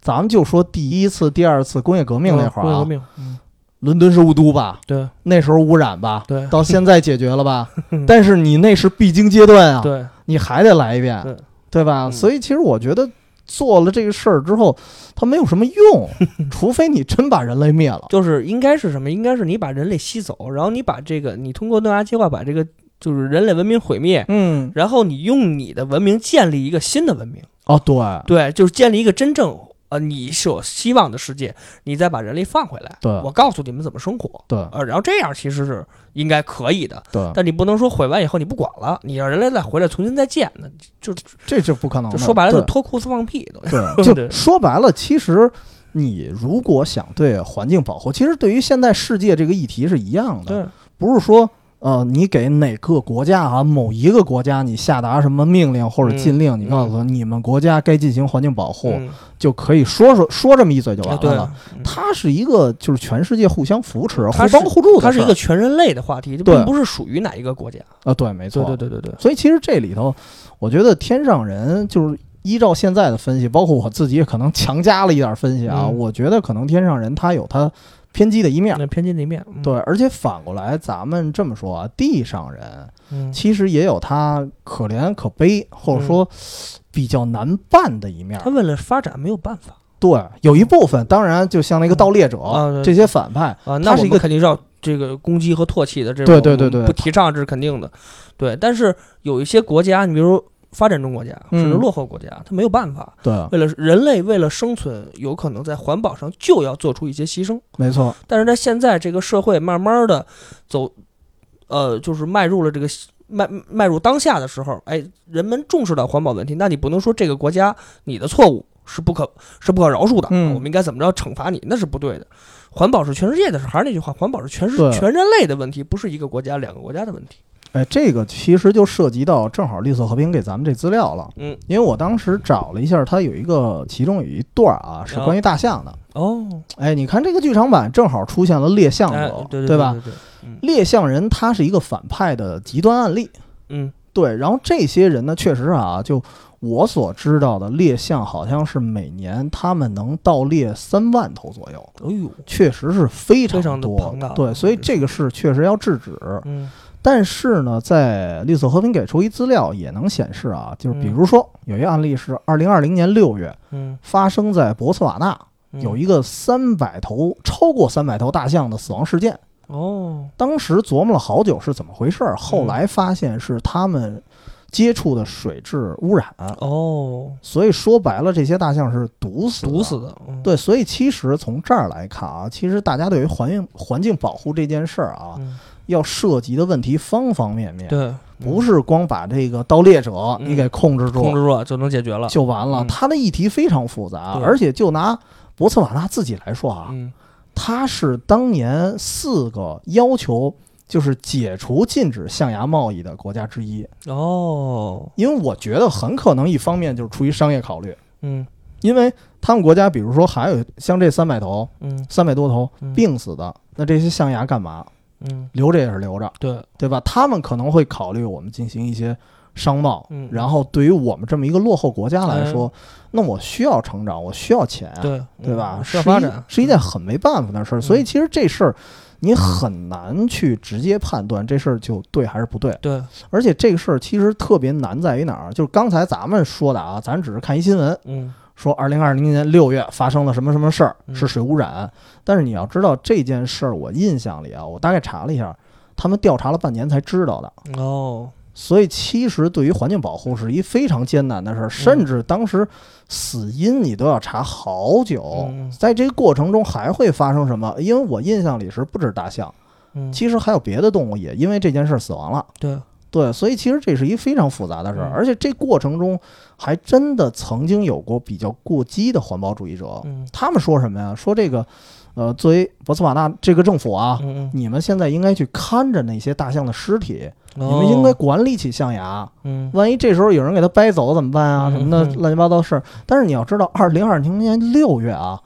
Speaker 1: 咱们就说第一次、第二次工业革命那会儿
Speaker 2: 工业革
Speaker 1: 啊，
Speaker 2: 命，嗯
Speaker 1: 伦敦是雾都吧？
Speaker 2: 对
Speaker 1: 那时候污染吧，
Speaker 2: 对
Speaker 1: 到现在解决了 吧？但是你那是必经阶段啊，
Speaker 2: 嗯对
Speaker 1: 你还得来一遍，
Speaker 2: 对
Speaker 1: 对吧？
Speaker 2: 嗯
Speaker 1: 所以其实我觉得做了这个事儿之后，它没有什么 用，除非你真把人类灭了。
Speaker 2: 就是应该是什么？应该是你把人类吸走，然后你把这个，你通过诺亚计划把这个就是人类文明毁灭，
Speaker 1: 嗯，
Speaker 2: 然后你用你的文明建立一个新的文明，
Speaker 1: 哦，对，
Speaker 2: 对，就是建立一个真正呃，你是有希望的世界，你再把人类放回来，
Speaker 1: 对
Speaker 2: 我告诉你们怎么生活，
Speaker 1: 对
Speaker 2: 呃，然后这样其实是应该可以的，
Speaker 1: 对，
Speaker 2: 但你不能说毁完以后你不管了，你让人类再回来重新再建，那就就
Speaker 1: 这是不可能
Speaker 2: 就
Speaker 1: 的。
Speaker 2: 说白了就
Speaker 1: 哦对
Speaker 2: 脱裤子放屁都。
Speaker 1: 对，
Speaker 2: 对
Speaker 1: 就说白了，其实你如果想对环境保护，其实对于现在世界这个议题是一样的，
Speaker 2: 对，
Speaker 1: 不是说呃，你给哪个国家啊，某一个国家你下达什么命令或者禁令，你告诉他你们国家该进行环境保护，
Speaker 2: 嗯
Speaker 1: 就可以说说说这么一嘴就
Speaker 2: 啊
Speaker 1: 完
Speaker 2: 对
Speaker 1: 了。，
Speaker 2: 嗯
Speaker 1: 它是一个就是全世界互相扶持、
Speaker 2: 它
Speaker 1: 互
Speaker 2: 是
Speaker 1: 帮互助的事儿，
Speaker 2: 它是一个全人类的话题，这
Speaker 1: 对
Speaker 2: 并不是属于哪一个国家。哦
Speaker 1: 啊，对，没错，
Speaker 2: 对对对对对，
Speaker 1: 所以其实这里头，我觉得天上人就是依照现在的分析，包括我自己也可能强加了一点分析啊，
Speaker 2: 嗯
Speaker 1: 我觉得可能天上人他有他偏激的一面。
Speaker 2: 那偏见的一面，嗯，
Speaker 1: 对，而且反过来，咱们这么说啊，地上人
Speaker 2: 嗯
Speaker 1: 其实也有他可怜可悲，或者说比较难办的一面。
Speaker 2: 他为了发展没有办法
Speaker 1: 对，有一部分，当然就像那个盗猎者、
Speaker 2: 啊对
Speaker 1: 这些反派，
Speaker 2: 啊，
Speaker 1: 他
Speaker 2: 那
Speaker 1: 是
Speaker 2: 我
Speaker 1: 一
Speaker 2: 们
Speaker 1: 个
Speaker 2: 肯定是要这个攻击和唾弃的，这
Speaker 1: 对
Speaker 2: 种
Speaker 1: 对
Speaker 2: 我
Speaker 1: 对
Speaker 2: 们
Speaker 1: 对
Speaker 2: 不提倡这是肯定的，对。但是有一些国家，你比如发展中国家甚至
Speaker 1: 嗯
Speaker 2: 落后国家，他没有办法，
Speaker 1: 对，
Speaker 2: 啊为了人类为了生存，有可能在环保上就要做出一些牺牲。
Speaker 1: 没错，
Speaker 2: 但是在现在这个社会慢慢的走，呃，就是迈入了这个迈迈入当下的时候，哎，人们重视到环保问题，那你不能说这个国家你的错误是不可是不可饶恕的，
Speaker 1: 嗯
Speaker 2: 我们应该怎么着惩罚你，那是不对的。环保是全世界的事，还是那句话，环保是全世
Speaker 1: 对
Speaker 2: 全人类的问题，不是一个国家、两个国家的问题。
Speaker 1: 哎，这个其实就涉及到正好绿色和平给咱们这资料了，
Speaker 2: 嗯，
Speaker 1: 因为我当时找了一下，它有一个其中有一段啊是关于大象的。
Speaker 2: 哦，
Speaker 1: 哎，你看这个剧场版正好出现了猎象
Speaker 2: 哎
Speaker 1: 者，，
Speaker 2: 对对
Speaker 1: 啊吧？？
Speaker 2: 对嗯
Speaker 1: 猎象人他是一个反派的极端案例，
Speaker 2: 嗯
Speaker 1: 对。然后这些人呢，确实啊，就我所知道的，猎象好像是每年他们能盗猎三万头左右，
Speaker 2: 哎呦，
Speaker 1: 确实是非
Speaker 2: 非常
Speaker 1: 常
Speaker 2: 地
Speaker 1: 多。
Speaker 2: 庞大
Speaker 1: 对，所以这个事确实要制止。
Speaker 2: 嗯
Speaker 1: 但是呢，在绿色和平给出一资料也能显示啊，就是比如说有一个案例是二零二零年六月
Speaker 2: 嗯，
Speaker 1: 发生在博茨瓦纳，
Speaker 2: 嗯
Speaker 1: 有一个三百头超过三百头大象的死亡事件。
Speaker 2: 哦，
Speaker 1: 当时琢磨了好久是怎么回事儿，后来发现是他们接触的水质污染，
Speaker 2: 哦，
Speaker 1: 所以说白了，这些大象是毒死的
Speaker 2: 毒死。的，嗯，
Speaker 1: 对，所以其实从这儿来看啊，其实大家对于环境环境保护这件事儿啊，
Speaker 2: 嗯
Speaker 1: 要涉及的问题方方面面。
Speaker 2: 对，
Speaker 1: 不
Speaker 2: 是
Speaker 1: 是光把这个盗猎者
Speaker 2: 嗯
Speaker 1: 你给控制
Speaker 2: 控
Speaker 1: 住
Speaker 2: 制住了就能解决了。
Speaker 1: 就完了
Speaker 2: 嗯，
Speaker 1: 它的议题非常复杂，
Speaker 2: 对
Speaker 1: 而且就拿博茨瓦纳自己来说啊，
Speaker 2: 嗯
Speaker 1: 它是当年四个要求就是解除禁止象牙贸易的国家之一，
Speaker 2: 哦，
Speaker 1: 因为我觉得很可能一方面就是出于商业考虑，
Speaker 2: 嗯
Speaker 1: 因为他们国家比如说还有像这三百头、
Speaker 2: 嗯
Speaker 1: 三百多头
Speaker 2: 嗯
Speaker 1: 病死的，那这些象牙干嘛
Speaker 2: 嗯，
Speaker 1: 留着也是留着，
Speaker 2: 对，
Speaker 1: 对吧？他们可能会考虑我们进行一些商贸，
Speaker 2: 嗯
Speaker 1: 然后对于我们这么一个落后国家来说，那我需要成长，我需要钱，啊
Speaker 2: 对
Speaker 1: 对吧？
Speaker 2: 嗯
Speaker 1: 是
Speaker 2: 需要
Speaker 1: 一
Speaker 2: 发展
Speaker 1: 是一件很没办法的事儿，
Speaker 2: 嗯
Speaker 1: 所以其实这事儿你很难去直接判断这事儿就对还是不对，
Speaker 2: 对，
Speaker 1: 而且这个事儿其实特别难在于哪儿？就是刚才咱们说的啊，咱只是看一新闻，
Speaker 2: 嗯
Speaker 1: 说二零二零年六月发生了什么什么事儿，
Speaker 2: 嗯
Speaker 1: 是水污染。但是你要知道这件事儿，我印象里啊，我大概查了一下，他们调查了半年才知道的。
Speaker 2: 哦，
Speaker 1: 所以其实对于环境保护是一非常艰难的事儿，
Speaker 2: 嗯
Speaker 1: 甚至当时死因你都要查好久
Speaker 2: 嗯嗯。
Speaker 1: 在这个过程中还会发生什么？因为我印象里是不止大象，
Speaker 2: 嗯，
Speaker 1: 其实还有别的动物也因为这件事儿死亡了。
Speaker 2: 对，
Speaker 1: 对，所以其实这是一非常复杂的事儿，
Speaker 2: 嗯
Speaker 1: 而且这过程中还真的曾经有过比较过激的环保主义者，
Speaker 2: 嗯
Speaker 1: 他们说什么呀？说这个，呃，作为博茨瓦纳这个政府啊，
Speaker 2: 嗯嗯，
Speaker 1: 你们现在应该去看着那些大象的尸体，
Speaker 2: 你
Speaker 1: 你们应该管理起象牙，
Speaker 2: 哦嗯
Speaker 1: 万一这时候有人给它掰走怎么办啊？
Speaker 2: 嗯
Speaker 1: 什么的
Speaker 2: 嗯
Speaker 1: 乱七八糟的事儿。但是你要知道，二零二零年六月啊，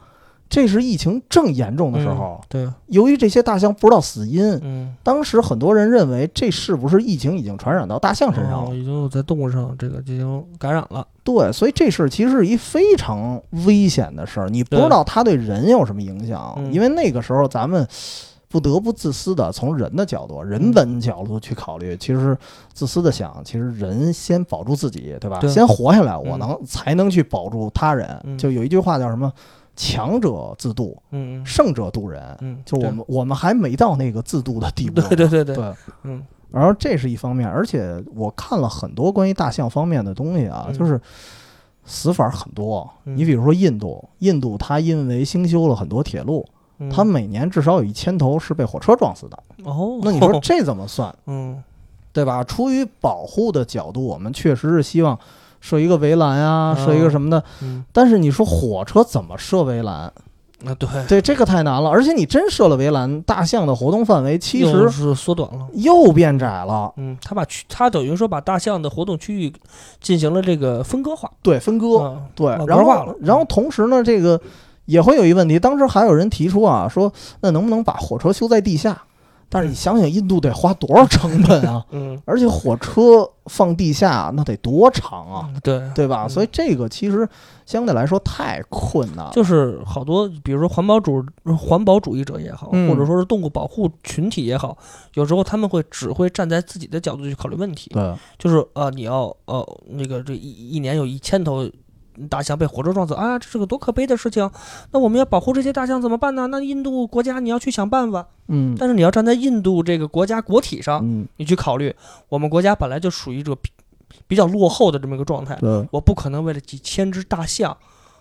Speaker 1: 这是疫情正严重的
Speaker 2: 嗯
Speaker 1: 时候，
Speaker 2: 对，
Speaker 1: 由于这些大象不知道死因，
Speaker 2: 嗯，
Speaker 1: 当时很多人认为这是不是疫情已经传染到大象身上了？
Speaker 2: 哦已经有在动物上这个进行感染了。
Speaker 1: 对，所以这事儿其实是一非常危险的事儿，你不
Speaker 2: 对
Speaker 1: 知道它对人有什么影响，
Speaker 2: 嗯
Speaker 1: 因为那个时候咱们不得不自私的从人的角度、人
Speaker 2: 嗯
Speaker 1: 本角度去考虑，其实自私的想，其实人先保住自己，对吧？
Speaker 2: 对
Speaker 1: 先活下来，我
Speaker 2: 嗯
Speaker 1: 能、才能去保住他人。
Speaker 2: 嗯
Speaker 1: 就有一句话叫什么？强者自渡，
Speaker 2: 嗯嗯
Speaker 1: 胜者渡人。
Speaker 2: 嗯，
Speaker 1: 就我们我们还没到那个自渡的地步
Speaker 2: 对。对对对对，
Speaker 1: 对
Speaker 2: 嗯
Speaker 1: 然后这是一方面，而且我看了很多关于大象方面的东西啊，
Speaker 2: 嗯
Speaker 1: 就是死法很多。
Speaker 2: 嗯
Speaker 1: 你比如说印度，印度它因为新修了很多铁路，
Speaker 2: 嗯
Speaker 1: 它每年至少有一千头是被火车撞死的。
Speaker 2: 哦，
Speaker 1: 那你说这怎么 算，
Speaker 2: 嗯
Speaker 1: 对吧？出于保护的角度，我们确实是希望设一个围栏啊，
Speaker 2: 嗯
Speaker 1: 设一个什么的。
Speaker 2: 嗯
Speaker 1: 但是你说火车怎么设围栏？
Speaker 2: 啊，对，
Speaker 1: 对，这个太难了。而且你真设了围栏，大象的活动范围其实
Speaker 2: 又是缩短了。
Speaker 1: 又变窄了。
Speaker 2: 嗯，他把区，他等于说把大象的活动区域进行了这个分割化。
Speaker 1: 对，分割。
Speaker 2: 嗯
Speaker 1: 对
Speaker 2: 老，
Speaker 1: 然
Speaker 2: 格化
Speaker 1: 后
Speaker 2: 了？
Speaker 1: 然后同时呢，这个也会有一问题。当时还有人提出啊，说那能不能把火车修在地下？但是你想想，印度得花多少成本啊
Speaker 2: 嗯
Speaker 1: 而且火车放地下那得多长啊，
Speaker 2: 嗯对，
Speaker 1: 对吧？
Speaker 2: 嗯
Speaker 1: 所以这个其实相对来说太困难了。
Speaker 2: 就是好多，比如说环保主呃环保主义者也好，
Speaker 1: 嗯
Speaker 2: 或者说是动物保护群体也好，有时候他们会只会站在自己的角度去考虑问题，
Speaker 1: 对，
Speaker 2: 就是呃，你要呃那个这一一年有一千头。大象被火车撞死啊，这是个多可悲的事情。那我们要保护这些大象怎么办呢？那印度国家你要去想办法，
Speaker 1: 嗯
Speaker 2: 但是你要站在印度这个国家国体上，
Speaker 1: 嗯，
Speaker 2: 你去考虑，我们国家本来就属于这个比比较落后的这么一个状态，
Speaker 1: 对
Speaker 2: 我不可能为了几千只大象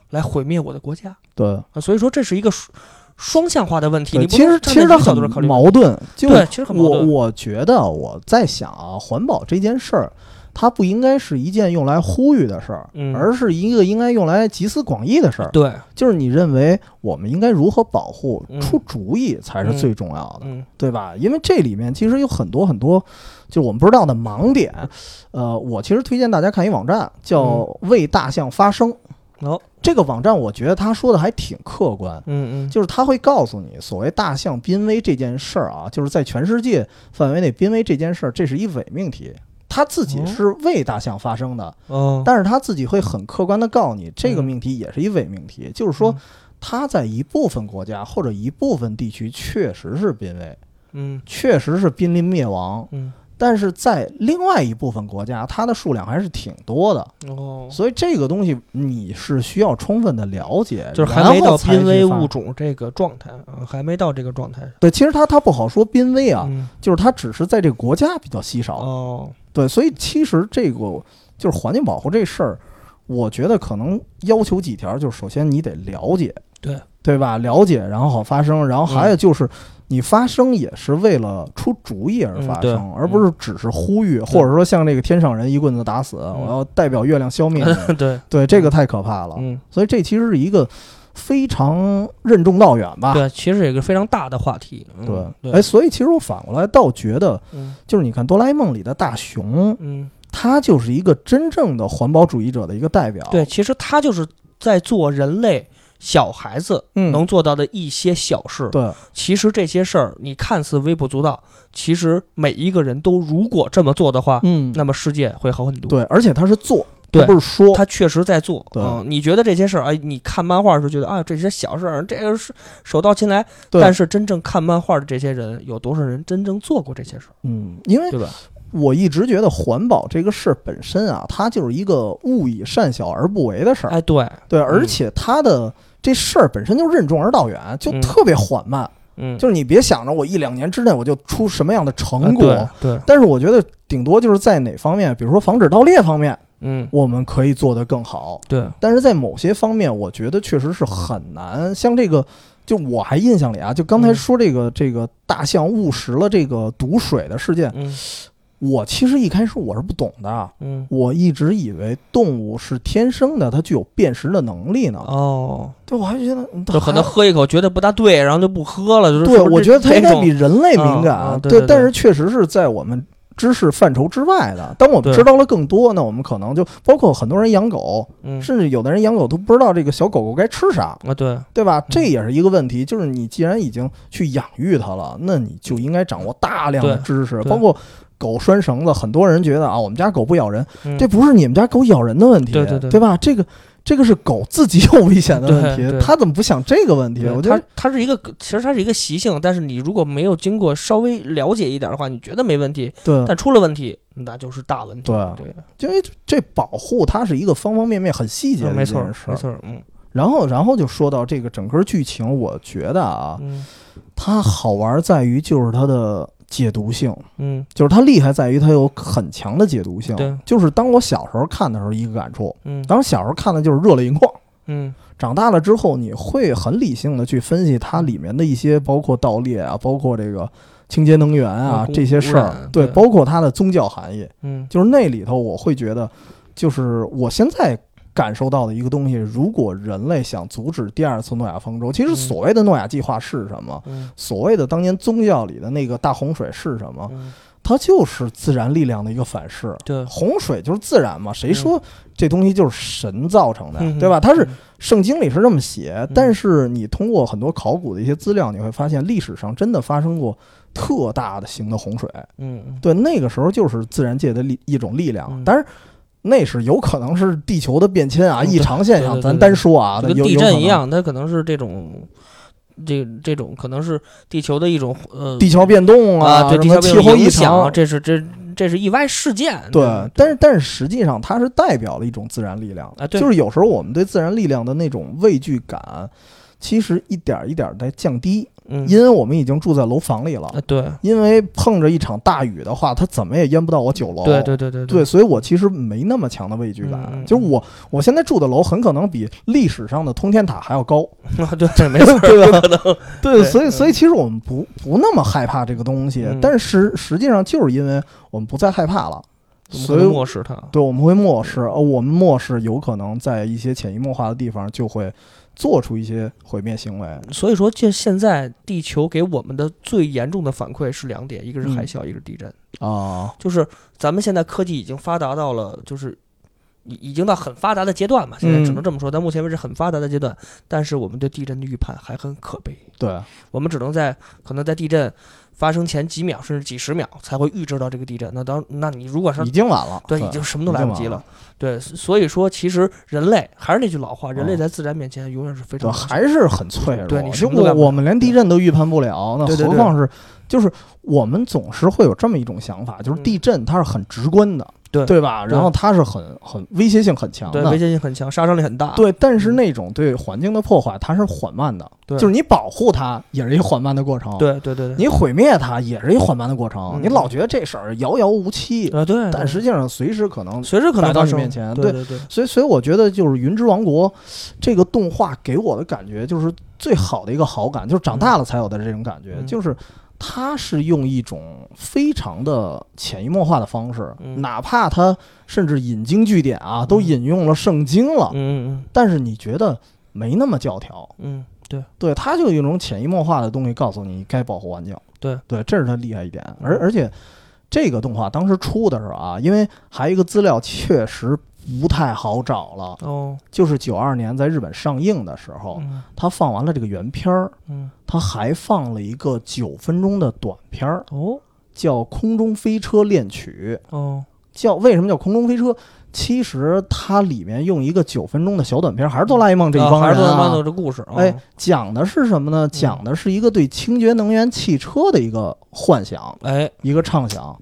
Speaker 2: 来毁灭我的国家
Speaker 1: 对
Speaker 2: 啊，所以说这是一个双双向化的问题。你
Speaker 1: 对，
Speaker 2: 不
Speaker 1: 其实
Speaker 2: 能
Speaker 1: 其
Speaker 2: 站
Speaker 1: 实
Speaker 2: 在
Speaker 1: 它
Speaker 2: 一个角度上考
Speaker 1: 很
Speaker 2: 虑，
Speaker 1: 矛盾。就
Speaker 2: 对，其实很矛
Speaker 1: 我
Speaker 2: 盾。
Speaker 1: 我觉得我在想啊，环保这件事儿，它不应该是一件用来呼吁的事儿，
Speaker 2: 嗯
Speaker 1: 而是一个应该用来集思广益的事儿。
Speaker 2: 对，
Speaker 1: 就是你认为我们应该如何保护，
Speaker 2: 嗯
Speaker 1: 出主意才是最重要的，
Speaker 2: 嗯
Speaker 1: 对吧？因为这里面其实有很多很多，就我们不知道的盲点。呃，我其实推荐大家看一网站叫“
Speaker 2: 嗯
Speaker 1: 为大象发声”，
Speaker 2: 哦，
Speaker 1: 这个网站我觉得他说的还挺客观。
Speaker 2: 嗯嗯，
Speaker 1: 就是他会告诉你，所谓大象濒危这件事儿啊，就是在全世界范围内濒危这件事儿，这是一伪命题。他自己
Speaker 2: 哦
Speaker 1: 是为大象发声的，
Speaker 2: 哦，
Speaker 1: 但是他自己会很客观的告诉你，这个
Speaker 2: 嗯
Speaker 1: 命题也是一伪命题，就是说
Speaker 2: 嗯
Speaker 1: 他在一部分国家或者一部分地区确实是濒危，
Speaker 2: 嗯
Speaker 1: 确实是濒临灭亡，
Speaker 2: 嗯
Speaker 1: 但是在另外一部分国家，它的数量还是挺多的。
Speaker 2: 哦，
Speaker 1: 所以这个东西你是需要充分的了解，
Speaker 2: 就是还
Speaker 1: 然
Speaker 2: 没
Speaker 1: 后
Speaker 2: 到
Speaker 1: 才
Speaker 2: 濒
Speaker 1: 去
Speaker 2: 危
Speaker 1: 发
Speaker 2: 物种这个状态，啊，还没到这个状态。
Speaker 1: 对，其实它它不好说濒危啊，
Speaker 2: 嗯
Speaker 1: 就是它只是在这个国家比较稀少。
Speaker 2: 哦，
Speaker 1: 对，所以其实这个就是环境保护这事儿，我觉得可能要求几条，就是首先你得了解，
Speaker 2: 对嗯
Speaker 1: 对吧？了解，然后好发声，然后还有就是。你发声也是为了出主意而发
Speaker 2: 嗯对
Speaker 1: 声，而不是只是呼吁，或者说像这个天上人一棍子打死，
Speaker 2: 嗯
Speaker 1: 我要代表月亮消 灭你。
Speaker 2: 对，
Speaker 1: 对，这个太可怕了。
Speaker 2: 嗯，
Speaker 1: 所以这其实是一个非常任重道远吧。
Speaker 2: 对，其实也是一个非常大的话题。嗯
Speaker 1: 啊对，哎，
Speaker 2: 对，
Speaker 1: 所以其实我反过来倒觉得，
Speaker 2: 嗯
Speaker 1: 就是你看《哆啦 A 梦》里的大雄，
Speaker 2: 嗯。
Speaker 1: 他就是一个真正的环保主义者的一个代表。
Speaker 2: 对，，其实他就是在做人类小孩子
Speaker 1: 嗯，
Speaker 2: 能做到的一些小事。
Speaker 1: 对，
Speaker 2: 其实这些事儿你看似微不足道，其实每一个人都如果这么做的话，
Speaker 1: 嗯，
Speaker 2: 那么世界会好很多。
Speaker 1: 对，而且他是做，
Speaker 2: 对
Speaker 1: 他不是说，
Speaker 2: 他确实在做，
Speaker 1: 对
Speaker 2: 嗯，你觉得这些事儿，哎，你看漫画的时候觉得啊，这些小事儿，这个是手到擒来，
Speaker 1: 对
Speaker 2: 但是真正看漫画的这些人，有多少人真正做过这些事儿，
Speaker 1: 嗯，因为
Speaker 2: 对吧？
Speaker 1: 我一直觉得环保这个事儿本身啊，它就是一个勿以善小而不为的事儿。
Speaker 2: 哎，对，
Speaker 1: 对，而且它的这事儿本身就任重而道远，就
Speaker 2: 嗯
Speaker 1: 特别缓慢。
Speaker 2: 嗯，
Speaker 1: 就是你别想着我一两年之内我就出什么样的
Speaker 2: 哎
Speaker 1: 成果，
Speaker 2: 对，对，
Speaker 1: 但是我觉得顶多就是在哪方面，比如说防止盗猎方面，
Speaker 2: 嗯，
Speaker 1: 我们可以做得更好。
Speaker 2: 对，
Speaker 1: 但是在某些方面，我觉得确实是很难。像这个，就我还印象里啊，就刚才
Speaker 2: 嗯
Speaker 1: 说这个、这个大象误食了这个毒水的事件，
Speaker 2: 嗯
Speaker 1: 我其实一开始我是不懂的，
Speaker 2: 嗯，
Speaker 1: 我一直以为动物是天生的，它具有辨识的能力呢。
Speaker 2: 哦，
Speaker 1: 对，我还觉得嗯它
Speaker 2: 就可能
Speaker 1: 还
Speaker 2: 喝一口觉得不大对，然后就不喝了。就是
Speaker 1: 对，
Speaker 2: 说
Speaker 1: 我
Speaker 2: 这
Speaker 1: 觉得它应
Speaker 2: 这
Speaker 1: 该
Speaker 2: 种
Speaker 1: 比人类敏感，
Speaker 2: 啊啊对对
Speaker 1: 但是确实是在我们知识范畴之外的。当我们
Speaker 2: 对
Speaker 1: 知道了更多，那我们可能就包括很多人养狗，
Speaker 2: 嗯
Speaker 1: 甚至有的人养狗都不知道这个小狗狗该吃啥，
Speaker 2: 啊，对，
Speaker 1: 对吧？这也是一个问题，就是你既然已经去养育它了，那你就应该掌握大量的
Speaker 2: 嗯对
Speaker 1: 知识，
Speaker 2: 对
Speaker 1: 包括。狗拴绳子，很多人觉得啊，我们家狗不咬人，
Speaker 2: 嗯
Speaker 1: 这不是你们家狗咬人的问题，
Speaker 2: 对对对
Speaker 1: 吧？这个这个是狗自己有危险的问
Speaker 2: 对
Speaker 1: 题
Speaker 2: 对，
Speaker 1: 它怎么不想这个问题？
Speaker 2: 对
Speaker 1: 我觉
Speaker 2: 它
Speaker 1: 得
Speaker 2: 它是一个，其实它是一个习性，但是你如果没有经过稍微了解一点的话，你觉得没问题，
Speaker 1: 对
Speaker 2: 但出了问题那就是大问题。
Speaker 1: 嗯对
Speaker 2: 对，
Speaker 1: 因为这保护它是一个方方面面很细节
Speaker 2: 嗯
Speaker 1: 的
Speaker 2: 没
Speaker 1: 一
Speaker 2: 错
Speaker 1: 件
Speaker 2: 儿
Speaker 1: 事
Speaker 2: 没
Speaker 1: 儿。
Speaker 2: 错儿，嗯
Speaker 1: 然后，然后就说到这个整个剧情，我觉得啊，
Speaker 2: 嗯
Speaker 1: 它好玩在于就是它的解读性，
Speaker 2: 嗯
Speaker 1: 就是它厉害在于它有很强的解读性
Speaker 2: 对。
Speaker 1: 就是当我小时候看的时候一个感触，
Speaker 2: 嗯
Speaker 1: 当时小时候看的就是热泪盈眶，
Speaker 2: 嗯
Speaker 1: 长大了之后你会很理性的去分析它里面的一些，包括盗猎啊，包括这个清洁能源啊
Speaker 2: 嗯
Speaker 1: 这些事
Speaker 2: 污
Speaker 1: 儿
Speaker 2: 染，
Speaker 1: 对，
Speaker 2: 对
Speaker 1: 包括它的宗教含义，
Speaker 2: 嗯
Speaker 1: 就是那里头我会觉得，就是我现在。感受到的一个东西，如果人类想阻止第二次诺亚方舟，其实
Speaker 2: 嗯
Speaker 1: 所谓的诺亚计划是什么？
Speaker 2: 嗯
Speaker 1: 所谓的当年宗教里的那个大洪水是什么？
Speaker 2: 嗯，
Speaker 1: 它就是自然力量的一个反噬。
Speaker 2: 对，
Speaker 1: 洪水就是自然
Speaker 2: 嗯
Speaker 1: 嘛，谁说这东西就是神造成的呀，对吧？它
Speaker 2: 嗯
Speaker 1: 是圣经里是这么写，但是你通过很多考古的一些资料，你会发现历史上真的发生过特大的型的洪水。
Speaker 2: 嗯嗯
Speaker 1: 对，那个时候就是自然界的力一种力量，
Speaker 2: 嗯
Speaker 1: 当然。那是有可能是地球的变迁啊，
Speaker 2: 嗯对
Speaker 1: 异常现象，
Speaker 2: 对对
Speaker 1: 咱
Speaker 2: 对
Speaker 1: 单说啊，
Speaker 2: 就跟
Speaker 1: 有
Speaker 2: 地
Speaker 1: 有可
Speaker 2: 震
Speaker 1: 能
Speaker 2: 一样，它可能是这种，这这种可能是地球的一种呃
Speaker 1: 地壳变动
Speaker 2: 啊，对
Speaker 1: 什
Speaker 2: 地
Speaker 1: 么
Speaker 2: 球
Speaker 1: 气候异
Speaker 2: 影
Speaker 1: 常
Speaker 2: 响，，这是这这是意外事件。
Speaker 1: 对，但是但是实际上它是代表了一种自然力量
Speaker 2: 嗯啊对
Speaker 1: 就是有时候我们对自然力量的那种畏惧感，其实一点儿一点儿在降低，
Speaker 2: 嗯
Speaker 1: 因为我们已经住在楼房里了，
Speaker 2: 啊对
Speaker 1: 因为碰着一场大雨的话，它怎么也淹不到我九楼。
Speaker 2: 对对对对
Speaker 1: 对所以我其实没那么强的畏惧感，
Speaker 2: 嗯嗯嗯
Speaker 1: 就是我我现在住的楼很可能比历史上的通天塔还要高，，
Speaker 2: 啊对， 没错
Speaker 1: 对吧？
Speaker 2: 可能
Speaker 1: 对，
Speaker 2: 对
Speaker 1: 所以
Speaker 2: 嗯
Speaker 1: 所以其实我们不不那么害怕这个东西，
Speaker 2: 嗯
Speaker 1: 但是实际上就是因为我们不再害怕了，所
Speaker 2: 所以
Speaker 1: 以
Speaker 2: 漠视它。
Speaker 1: 对，我们会漠视，呃，我们漠视有可能在一些潜移默化的地方就会做出一些毁灭行为。
Speaker 2: 所以说，这现在地球给我们的最严重的反馈是两点，一个是
Speaker 1: 嗯
Speaker 2: 海啸，一个是地震。
Speaker 1: 啊，
Speaker 2: 就是咱们现在科技已经发达到了，就是已已经到很发达的阶段嘛，现在只能这么说。到目前为止很发达的阶段，但是我们对地震的预判还很可悲，
Speaker 1: 对，
Speaker 2: 我们只能在可能在地震发生前几秒甚至几十秒才会预知到这个地震。那当那你如果是
Speaker 1: 已经晚了，
Speaker 2: 对，已经什么都
Speaker 1: 已
Speaker 2: 来
Speaker 1: 经
Speaker 2: 不
Speaker 1: 晚
Speaker 2: 及
Speaker 1: 了
Speaker 2: 了。对，所以说其实人类还是那句老话，人
Speaker 1: 嗯
Speaker 2: 类在自然面前永远是非
Speaker 1: 对，
Speaker 2: 常
Speaker 1: 还是很脆弱。
Speaker 2: 对你
Speaker 1: 就
Speaker 2: 什么都
Speaker 1: 我
Speaker 2: 干不了
Speaker 1: 我们连地震都预判不了，那
Speaker 2: 对对
Speaker 1: 何
Speaker 2: 对
Speaker 1: 况是就是我们总是会有这么一种想法，就是
Speaker 2: 嗯
Speaker 1: 地震它是很直观的，
Speaker 2: 对
Speaker 1: 对吧？
Speaker 2: 对
Speaker 1: 然后它是很很威胁性很强
Speaker 2: 对
Speaker 1: 的，
Speaker 2: 威胁性很强，杀伤力很大。
Speaker 1: 对，但是
Speaker 2: 嗯
Speaker 1: 那种对环境的破坏，它是缓慢的，
Speaker 2: 对
Speaker 1: 就是你保护它也是一缓慢的过程，
Speaker 2: 对对对对，
Speaker 1: 你毁灭它也是一缓慢的过程，
Speaker 2: 嗯
Speaker 1: 你老觉得这事儿遥遥无期，
Speaker 2: 啊对，
Speaker 1: 但
Speaker 2: 对
Speaker 1: 实际上随时可能。
Speaker 2: 随时可
Speaker 1: 摆
Speaker 2: 能
Speaker 1: 到
Speaker 2: 发
Speaker 1: 你
Speaker 2: 生
Speaker 1: 面前啊
Speaker 2: 对对对，
Speaker 1: 所以，所以我觉得就是《云之王国》这个动画给我的感觉，就是最好的一个好感，就是长大了才有的这种感觉，
Speaker 2: 嗯
Speaker 1: 就是它是用一种非常的潜移默化的方式，
Speaker 2: 嗯
Speaker 1: 哪怕它甚至引经据典啊，都
Speaker 2: 嗯
Speaker 1: 引用了圣经了，
Speaker 2: 嗯嗯
Speaker 1: 但是你觉得没那么教条，
Speaker 2: 嗯嗯，对。
Speaker 1: 对，他就有一种潜移默化的东西告诉你该保护环境。
Speaker 2: 对嗯
Speaker 1: 对，这是他厉害一点。而而且这个动画当时出的时候啊，因为还有一个资料确实不太好找了，
Speaker 2: 哦，
Speaker 1: 就是九二年在日本上映的时候，
Speaker 2: 嗯
Speaker 1: 他放完了这个原片儿，
Speaker 2: 嗯，
Speaker 1: 他还放了一个九分钟的短片儿，
Speaker 2: 哦
Speaker 1: 叫《空中飞车恋曲》。
Speaker 2: 哦，
Speaker 1: 叫为什么叫空中飞车？其实它里面用一个九分钟的小短片儿，还是哆啦 A 梦这一帮
Speaker 2: 嗯还
Speaker 1: 人、
Speaker 2: 是
Speaker 1: 啊，
Speaker 2: 多拉梦的这故事，哦
Speaker 1: 哎，讲的是什么
Speaker 2: 嗯
Speaker 1: 呢？讲的是一个对清洁能源汽车的一个幻想，
Speaker 2: 哎，
Speaker 1: 一个畅想。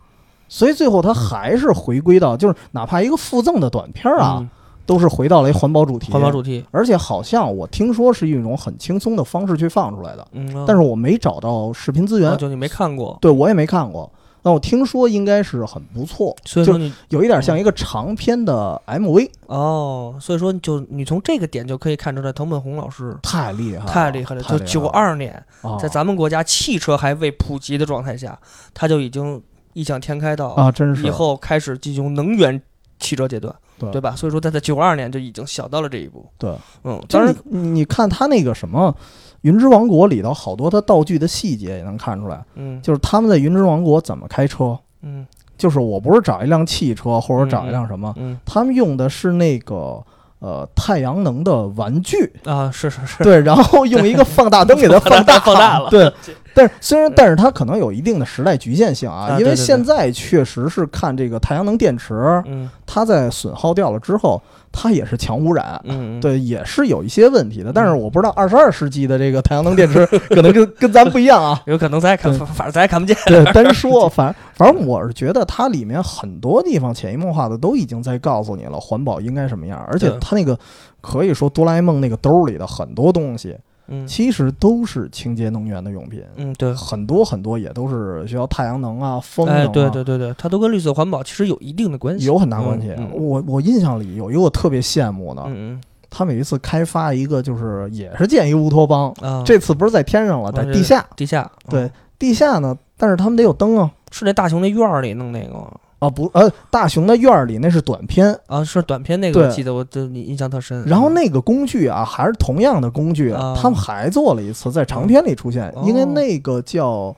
Speaker 1: 所以最后
Speaker 2: 嗯
Speaker 1: 它还是回归到，就是哪怕一个附赠的短片儿啊，
Speaker 2: 嗯，
Speaker 1: 都是回到了一环保主题。
Speaker 2: 环保主题，
Speaker 1: 而且好像我听说是一种很轻松的方式去放出来的，
Speaker 2: 嗯，
Speaker 1: 但是我没找到视频资源，
Speaker 2: 啊就你没看过，
Speaker 1: 对我也没看过。那我听说应该是很不错，
Speaker 2: 所以
Speaker 1: 就
Speaker 2: 说你
Speaker 1: 有一点
Speaker 2: 嗯
Speaker 1: 像一个长篇的 MV，
Speaker 2: 哦，所以说就你从这个点就可以看出来，藤本弘老师
Speaker 1: 啊太厉害了，
Speaker 2: 太厉害了，就九二年，
Speaker 1: 啊
Speaker 2: 在咱们国家汽车还未普及的状态下，他就已经异想天开到
Speaker 1: 啊，真是
Speaker 2: 以后开始进行能源汽车阶段，
Speaker 1: 对
Speaker 2: 对吧？所以说他在九二年就已经想到了这一步，
Speaker 1: 对。
Speaker 2: 嗯，当
Speaker 1: 当
Speaker 2: 然
Speaker 1: 然，你你看他那个什么《云之王国》里头好多他道具的细节也能看出来，
Speaker 2: 嗯
Speaker 1: 就是他们在《云之王国》怎么开车，
Speaker 2: 嗯
Speaker 1: 就是我不是找一辆汽车或者找一辆什么，
Speaker 2: 嗯
Speaker 1: 他们用的是那个呃太阳能的玩具，
Speaker 2: 啊，是是是，
Speaker 1: 对，然 后用一个放大灯给它放大
Speaker 2: 放大了
Speaker 1: 对。但是虽然，但是它可能有一定的时代局限性啊，
Speaker 2: 啊
Speaker 1: 因为
Speaker 2: 对对对
Speaker 1: 现在确实是看这个太阳能电池，
Speaker 2: 嗯
Speaker 1: 它在损耗掉了之后，它也是强污染，
Speaker 2: 嗯，嗯，嗯
Speaker 1: 对，也是有一些问题的，但是我不知道二十二世纪的这个太阳能电 池可能跟跟咱不一样啊。
Speaker 2: 有可能咱也看，
Speaker 1: 对
Speaker 2: 反反正咱也 看不见。
Speaker 1: 对，单说，反反正我是觉得它里面很多地方潜移默化的都已经在告诉你了，环保应该什么样。而且
Speaker 2: 对
Speaker 1: 它那个可以说哆啦 A 梦那个兜里的很多东西，
Speaker 2: 嗯
Speaker 1: 其实都是清洁能源的用品，
Speaker 2: 嗯，对，
Speaker 1: 很多很多也都是需要太阳能啊、风能啊，
Speaker 2: 哎，对对对对，它都跟绿色环保其实有一定的关系。
Speaker 1: 有很大关系。
Speaker 2: 嗯嗯
Speaker 1: 我我印象里有一个我特别羡慕的，
Speaker 2: 嗯
Speaker 1: 他们有一次开发一个，就是也是建一乌托邦，
Speaker 2: 嗯啊，
Speaker 1: 这次不是在天上了，在
Speaker 2: 啊
Speaker 1: 地下。
Speaker 2: 地下嗯
Speaker 1: 对，地下呢，但是他们得有灯啊。
Speaker 2: 是那大熊那院儿里弄那个吗
Speaker 1: 啊不呃，大熊的院儿里那是短片，
Speaker 2: 啊，是短片那个，我
Speaker 1: 对
Speaker 2: 记得我对你印象特深。
Speaker 1: 然后那个工具啊，还是同样的工具，
Speaker 2: 嗯啊
Speaker 1: 他们还做了一次在长片里出现，
Speaker 2: 哦
Speaker 1: 应该那个叫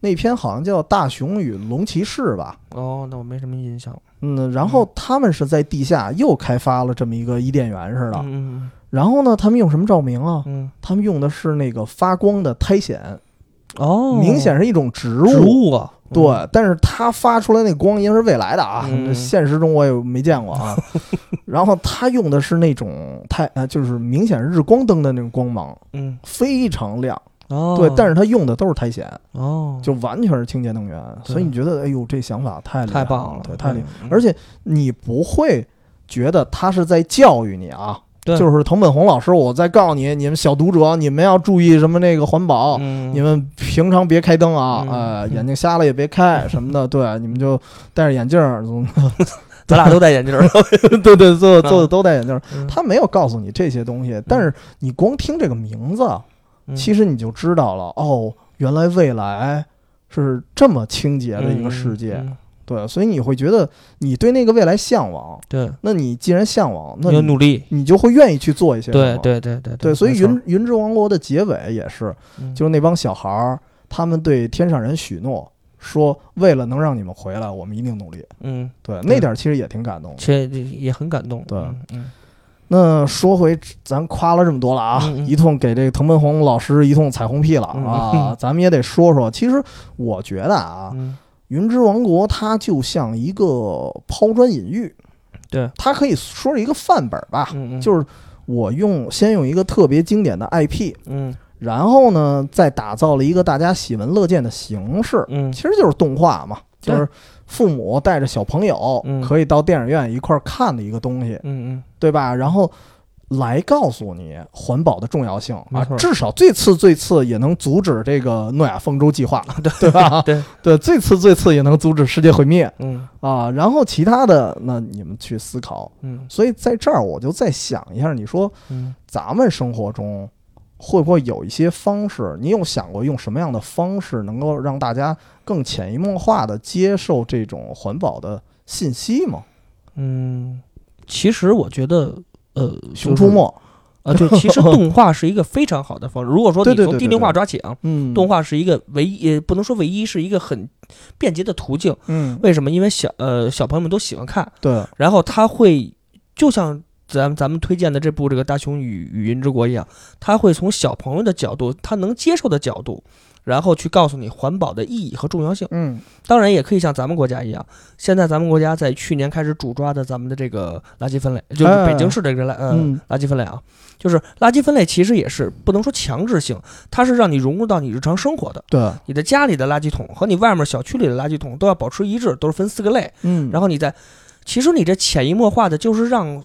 Speaker 1: 那篇好像叫《大熊与龙骑士》吧。
Speaker 2: 哦，那我没什么印象了。
Speaker 1: 嗯，然后他们是在地下又开发了这么一个伊甸园似的。
Speaker 2: 嗯
Speaker 1: 然后呢，他们用什么照明啊
Speaker 2: 嗯？嗯，
Speaker 1: 他们用的是那个发光的苔藓，
Speaker 2: 哦，
Speaker 1: 明显是一种植物。
Speaker 2: 植物啊，嗯
Speaker 1: 对，但是它发出来那光因为是未来的啊，
Speaker 2: 嗯
Speaker 1: 现实中我也没见过 啊。然后它用的是那种太呃，就是明显是日光灯的那种光芒，
Speaker 2: 嗯
Speaker 1: 非常亮。
Speaker 2: 哦，
Speaker 1: 对，但是它用的都是苔藓，
Speaker 2: 哦，
Speaker 1: 就完全是清洁能源。
Speaker 2: 对
Speaker 1: 所以你觉得，哎呦，这想法太厉害
Speaker 2: 太棒
Speaker 1: 了，
Speaker 2: 了，嗯
Speaker 1: 对，太厉害。
Speaker 2: 害
Speaker 1: 而且你不会觉得他是在教育你啊。
Speaker 2: 对
Speaker 1: 就是藤本弘老师，我在告诉你，你们小读者，你们要注意什么那个环保，
Speaker 2: 嗯，
Speaker 1: 哦你们平常别开灯啊，
Speaker 2: 嗯
Speaker 1: 呃，
Speaker 2: 嗯
Speaker 1: 眼睛瞎了也别开什么的，对，你们就戴着眼镜儿， 总
Speaker 2: 咱俩都戴眼镜 儿，
Speaker 1: 对对，做做的都戴眼镜儿。
Speaker 2: 嗯
Speaker 1: 他没有告诉你这些东西，但是你光听这个名字，
Speaker 2: 嗯
Speaker 1: 其实你就知道了，哦，原来未来是这么清洁的一个世界，
Speaker 2: 嗯嗯嗯
Speaker 1: 对，所以你会觉得你对那个未来向往，
Speaker 2: 对，
Speaker 1: 那你既然向往，那
Speaker 2: 你要
Speaker 1: 你
Speaker 2: 努力，
Speaker 1: 你就会愿意去做一些什
Speaker 2: 对
Speaker 1: 么，
Speaker 2: 对对对
Speaker 1: 对，所以
Speaker 2: 没错
Speaker 1: 云云之王国的结尾也是，
Speaker 2: 嗯
Speaker 1: 就是那帮小孩儿，他们对天上人许诺说，为了能让你们回来，我们一定努力。
Speaker 2: 嗯，
Speaker 1: 对，那点儿其实也挺感动的。
Speaker 2: 其实也很感动，
Speaker 1: 对
Speaker 2: 嗯嗯
Speaker 1: 那说回咱夸了这么多了啊，
Speaker 2: 嗯嗯
Speaker 1: 一通给这个藤本弘老师一通彩虹屁了啊，咱们也得说说。其实我觉得啊，
Speaker 2: 嗯
Speaker 1: 云之王国》它就像一个抛砖引玉，
Speaker 2: 对，
Speaker 1: 它可以说是一个范本吧，
Speaker 2: 嗯，嗯
Speaker 1: 就是我用先用一个特别经典的 IP，
Speaker 2: 嗯
Speaker 1: 然后呢，再打造了一个大家喜闻乐见的形式，
Speaker 2: 嗯
Speaker 1: 其实就是动画嘛，就
Speaker 2: 对
Speaker 1: 是父母带着小朋友
Speaker 2: 嗯
Speaker 1: 可以到电影院一块儿看的一个东西，
Speaker 2: 嗯
Speaker 1: 对吧？然后来告诉你环保的重要性啊
Speaker 2: 没，错
Speaker 1: 至少最次最次也能阻止这个诺亚方舟计划，对吧？
Speaker 2: 对
Speaker 1: 对，最次最次也能阻止世界毁灭
Speaker 2: 嗯
Speaker 1: 啊。然后其他的，那你们去思考。
Speaker 2: 嗯
Speaker 1: 所以在这儿，我就再想一下，你说
Speaker 2: 嗯
Speaker 1: 咱们生活中会不会有一些方式？你有想过用什么样的方式能够让大家更潜移默化的接受这种环保的信息吗？
Speaker 2: 嗯，其实我觉得。呃，
Speaker 1: 《
Speaker 2: 就
Speaker 1: 熊出
Speaker 2: 是
Speaker 1: 没》
Speaker 2: 啊，对，其 实动画是一个非常好的方式。如果说
Speaker 1: 对
Speaker 2: 你
Speaker 1: 对
Speaker 2: 从
Speaker 1: 对
Speaker 2: 低
Speaker 1: 对
Speaker 2: 龄化
Speaker 1: 对
Speaker 2: 抓起啊，
Speaker 1: 嗯，
Speaker 2: 动画是一个唯一，呃不能说唯一，是一个很便捷的途径。
Speaker 1: 嗯，
Speaker 2: 为什么？因为小呃小朋友们都喜欢看，
Speaker 1: 对，
Speaker 2: 然后他会就像咱咱们推荐的这部这个《大雄与与云之国》一样，他会从小朋友的角度，他能接受的角度，然后去告诉你环保的意义和重要性。
Speaker 1: 嗯
Speaker 2: 当然，也可以像咱们国家一样，现在咱们国家在去年开始主抓的咱们的这个垃圾分类，就是北京市这个垃、呃
Speaker 1: 嗯
Speaker 2: 垃圾分类啊，就是垃圾分类其实也是不能说强制性，它是让你融入到你日常生活的。
Speaker 1: 对，
Speaker 2: 你的家里的垃圾桶和你外面小区里的垃圾桶都要保持一致，都是分四个类。
Speaker 1: 嗯，
Speaker 2: 然后你再，其实你这潜移默化的就是让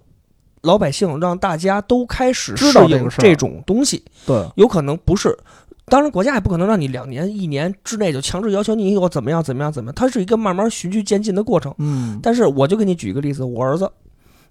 Speaker 2: 老百姓、让大家都开始
Speaker 1: 知道
Speaker 2: 适
Speaker 1: 这
Speaker 2: 应
Speaker 1: 个事儿
Speaker 2: 这种东西，
Speaker 1: 对，
Speaker 2: 有可能不是。当然，国家也不可能让你两年、一年之内就强制要求你以后怎么样、怎么样、怎么样，它是一个慢慢循序渐进的过程。
Speaker 1: 嗯，
Speaker 2: 但是我就给你举一个例子，我儿子，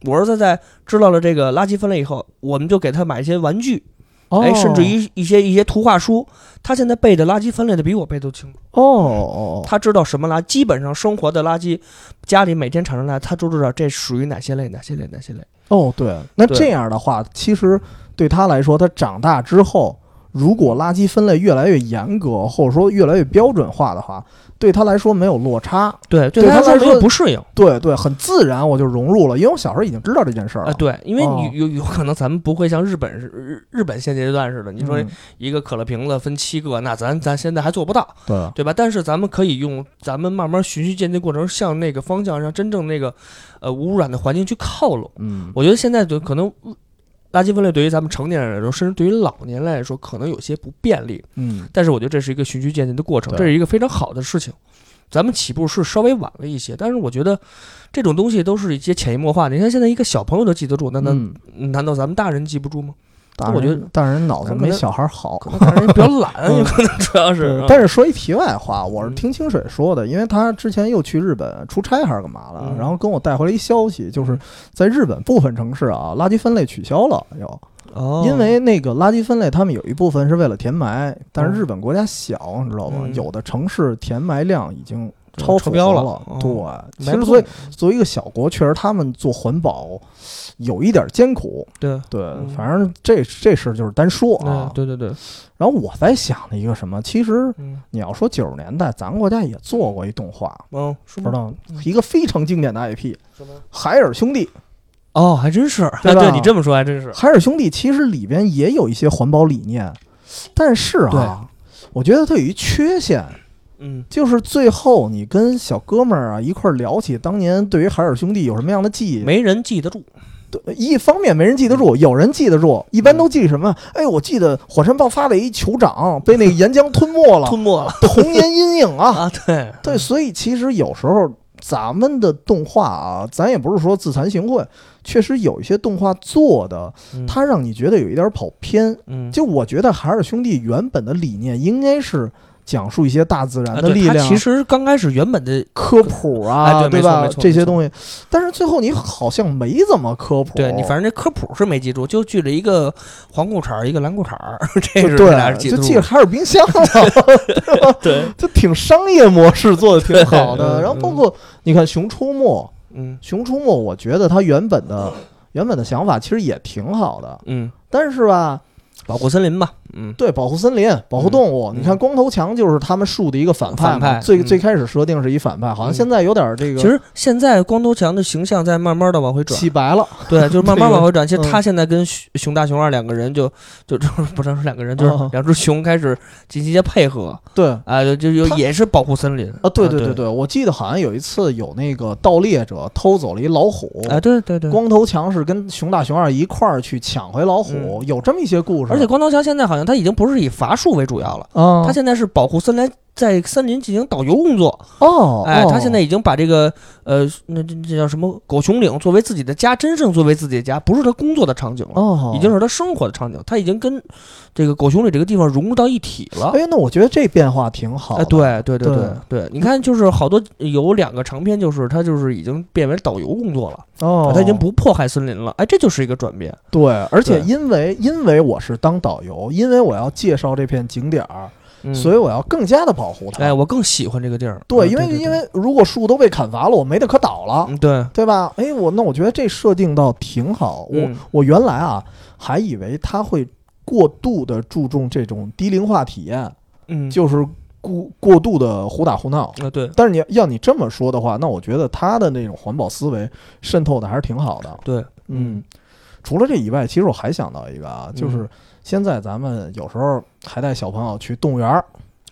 Speaker 2: 我儿子在知道了这个垃圾分类以后，我们就给他买一些玩具，
Speaker 1: 哦
Speaker 2: 哎，甚至一一些一些图画书，他现在背的垃圾分类的比我背都清楚。
Speaker 1: 哦哦，
Speaker 2: 他知道什么垃，基本上生活的垃圾，家里每天产生垃圾，他都知道这属于哪些类、哪些类、哪些类。
Speaker 1: 哦，对，那
Speaker 2: 对
Speaker 1: 这样的话，其实对他来说，他长大之后，如果垃圾分类越来越严格，或者说越来越标准化的话，对他来说没有落差，
Speaker 2: 对，
Speaker 1: 对
Speaker 2: 他
Speaker 1: 他来
Speaker 2: 说没有
Speaker 1: 说
Speaker 2: 不适应啊、
Speaker 1: 对对，很自然我就融入了，因为我小时候已经知道这件事儿了。
Speaker 2: 啊哎对，因为
Speaker 1: 哦
Speaker 2: 你有有可能咱们不会像日本是日日本现阶段似的，你说
Speaker 1: 嗯
Speaker 2: 一个可乐瓶子分七个，那咱咱现在还做不到，
Speaker 1: 对，
Speaker 2: 对吧？但是咱们可以用咱们慢慢循序渐进过程，向那个方向，让真正那个呃无污染的环境去靠拢。
Speaker 1: 嗯，
Speaker 2: 我觉得现在就可能垃圾分类对于咱们成年人来说，甚至对于老年来说，可能有些不便利。
Speaker 1: 嗯，
Speaker 2: 但是我觉得这是一个循序渐进的过程，
Speaker 1: 对
Speaker 2: 这是一个非常好的事情。咱们起步是稍微晚了一些，但是我觉得这种东西都是一些潜移默化的。你看现在一个小朋友都记得住，那那、
Speaker 1: 嗯
Speaker 2: 难道咱们大人记不住吗？
Speaker 1: 大人
Speaker 2: 我觉得
Speaker 1: 大人脑子
Speaker 2: 可
Speaker 1: 没
Speaker 2: 能
Speaker 1: 小孩好。
Speaker 2: 可能大人比较懒，
Speaker 1: 嗯
Speaker 2: 有可能主要是
Speaker 1: 对。
Speaker 2: 啊
Speaker 1: 但是说一题外话，我是
Speaker 2: 嗯
Speaker 1: 听清水说的，因为他之前又去日本出差还是干嘛了，
Speaker 2: 嗯
Speaker 1: 然后跟我带回来一消息，就是在日本部分城市啊，垃圾分类取消了，又
Speaker 2: 哦，
Speaker 1: 因为那个垃圾分类，他们有一部分是为了填埋，但是
Speaker 2: 哦
Speaker 1: 日本国家小，你知道吗
Speaker 2: 嗯？
Speaker 1: 有的城市填埋量已经
Speaker 2: 超
Speaker 1: 超
Speaker 2: 标了
Speaker 1: 了
Speaker 2: 哦。
Speaker 1: 对，其
Speaker 2: 没
Speaker 1: 实
Speaker 2: 错
Speaker 1: 所以作为一个小国，确实他们做环保有一点艰苦。
Speaker 2: 对。
Speaker 1: 对
Speaker 2: 嗯，
Speaker 1: 反正这这事儿就是单说啊
Speaker 2: 嗯，。对对对，
Speaker 1: 然后我在想的一个什么，其实
Speaker 2: 嗯，
Speaker 1: 你要说九十年代，咱国家也做过一动画，
Speaker 2: 哦，是
Speaker 1: 不
Speaker 2: 吗
Speaker 1: 知？道
Speaker 2: 嗯
Speaker 1: 一个非常经典的 IP，
Speaker 2: 什么
Speaker 1: 海尔兄弟。
Speaker 2: 哦，还真是，啊，
Speaker 1: 对吧
Speaker 2: 对你这么说还真是，
Speaker 1: 海尔兄弟其实里边也有一些环保理念，但是啊，我觉得它有一缺陷，
Speaker 2: 嗯，
Speaker 1: 就是最后你跟小哥们儿啊一块儿聊起当年对于海尔兄弟有什么样的记忆，
Speaker 2: 没人记得住，
Speaker 1: 对一方面没人记得住，有人记得住，一般
Speaker 2: 嗯
Speaker 1: 都记什么？哎，我记得火山爆发的一酋长被那个岩浆 吞没了，
Speaker 2: 吞没了
Speaker 1: 童年阴影 啊。
Speaker 2: 啊，对
Speaker 1: 对，所以其实有时候咱们的动画啊，咱也不是说自惭形秽，确实有一些动画做的，
Speaker 2: 嗯
Speaker 1: 它让你觉得有一点跑偏。
Speaker 2: 嗯，
Speaker 1: 就我觉得海尔兄弟原本的理念应该是讲述一些大自然
Speaker 2: 啊
Speaker 1: 的
Speaker 2: 对
Speaker 1: 力
Speaker 2: 他
Speaker 1: 量、
Speaker 2: 其实刚开始原本的，
Speaker 1: 科普啊，
Speaker 2: 哎对没错
Speaker 1: 吧
Speaker 2: 没？错
Speaker 1: 这
Speaker 2: 没
Speaker 1: 些
Speaker 2: 错
Speaker 1: 东西，但是最后你好像没怎么科普。
Speaker 2: 对你反正这科普是没记住，就记了一个黄裤衩儿，一个蓝裤衩儿， 这是
Speaker 1: 对
Speaker 2: 这俩是记
Speaker 1: 就
Speaker 2: 得
Speaker 1: 记
Speaker 2: 住
Speaker 1: 着海尔冰 箱了，
Speaker 2: 对，
Speaker 1: 就挺商业模式做的挺好
Speaker 2: 对
Speaker 1: 的。然后包
Speaker 2: 嗯
Speaker 1: 括你看《熊出没》，
Speaker 2: 嗯
Speaker 1: 《熊出没》，我觉得他原本的原本的想法其实也挺好的，
Speaker 2: 嗯，
Speaker 1: 但是吧，
Speaker 2: 保护森林吧，嗯
Speaker 1: 对保护森林、保护动物，
Speaker 2: 嗯
Speaker 1: 你看光头强就是他们树的一个反派嘛，
Speaker 2: 反派
Speaker 1: 最、
Speaker 2: 嗯
Speaker 1: 最开始设定是一反派，好像现在有点这个
Speaker 2: 其实现在光头强的形象在慢慢的往回转，
Speaker 1: 洗白了，
Speaker 2: 对，就是慢慢往回转。其实
Speaker 1: 嗯
Speaker 2: 他现在跟熊熊大熊二两个人就就就是不能说两个人，就是
Speaker 1: 哦
Speaker 2: 两只熊开始进行一些配合
Speaker 1: 对。啊，
Speaker 2: 啊，就就有
Speaker 1: 他哦
Speaker 2: 也是保护森林啊
Speaker 1: 对对
Speaker 2: 对
Speaker 1: 对，对，我记得好像有一次有那个盗猎者偷走了一老虎，
Speaker 2: 啊对对对。
Speaker 1: 光头强是跟熊大熊二一块儿去抢回老虎，有这么一些故事。
Speaker 2: 而且光头强现在好像他已经不是以伐树为主要了，
Speaker 1: 啊，
Speaker 2: 他现在是保护森林，在森林进行导游工作。
Speaker 1: 哦，
Speaker 2: 哎，
Speaker 1: 哦
Speaker 2: 他现在已经把这个呃，那这这叫什么狗熊岭作为自己的家，真正作为自己的家，不是他工作的场景了，
Speaker 1: 哦，
Speaker 2: 已经是他生活的场景，他已经跟这个狗熊岭这个地方融入到一体了。
Speaker 1: 哎，那我觉得这变化挺好的。
Speaker 2: 哎，对对对
Speaker 1: 对
Speaker 2: 对，你看，就是好多有两个长篇，就是他就是已经变为导游工作了，
Speaker 1: 哦，
Speaker 2: 他已经不迫害森林了，哎，这就是一个转变。
Speaker 1: 对，而且
Speaker 2: 对
Speaker 1: 因为因为我是当导游，因为我要介绍这片景点儿，
Speaker 2: 嗯、
Speaker 1: 所以我要更加的保护它。
Speaker 2: 哎，我更喜欢这个地儿。
Speaker 1: 对，
Speaker 2: 嗯
Speaker 1: 因为
Speaker 2: 对
Speaker 1: 因为如果树都被砍伐了，我没得可倒了，
Speaker 2: 嗯对，
Speaker 1: 对吧？哎，我那我觉得这设定倒挺好。我、
Speaker 2: 嗯
Speaker 1: 我原来啊还以为他会过度的注重这种低龄化体验，
Speaker 2: 嗯，
Speaker 1: 就是过过度的胡打胡闹。
Speaker 2: 啊对
Speaker 1: 但是你要你这么说的话，那我觉得他的那种环保思维渗透的还是挺好的。
Speaker 2: 对，
Speaker 1: 嗯，除了这以外，其实我还想到一个啊，
Speaker 2: 嗯
Speaker 1: 就是现在咱们有时候还带小朋友去动物园儿，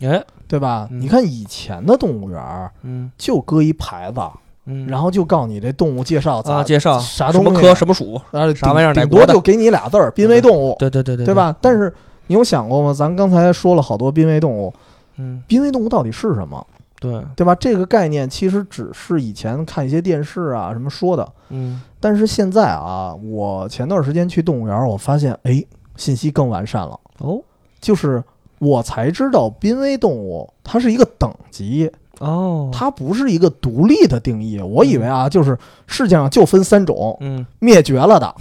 Speaker 2: 哎，
Speaker 1: 对吧？
Speaker 2: 嗯
Speaker 1: 你看以前的动物园儿
Speaker 2: 嗯
Speaker 1: 就搁一牌子，
Speaker 2: 嗯，
Speaker 1: 然后就告诉你这动物介绍咋、
Speaker 2: 啊，介绍
Speaker 1: 啥
Speaker 2: 什
Speaker 1: 东
Speaker 2: 么
Speaker 1: 西，
Speaker 2: 科什么属，
Speaker 1: 啊
Speaker 2: 啥玩意儿
Speaker 1: 顶顶
Speaker 2: 哪国
Speaker 1: 多
Speaker 2: 的
Speaker 1: 就给你俩字儿，濒危动物，
Speaker 2: 对对对对，嗯
Speaker 1: 对？吧？但是你有想过吗？咱刚才说了好多濒危动物，
Speaker 2: 嗯，
Speaker 1: 濒危动物到底是什么？
Speaker 2: 对，
Speaker 1: 对吧？这个概念其实只是以前看一些电视啊什么说的，
Speaker 2: 嗯
Speaker 1: 但是现在啊，我前段时间去动物园儿，我发现哎，信息更完善了，
Speaker 2: 哦
Speaker 1: 就是我才知道濒危动物它是一个等级，
Speaker 2: 哦，
Speaker 1: 它不是一个独立的定义。我以为啊，就是世界上就分三种：
Speaker 2: 嗯
Speaker 1: 灭绝了 的、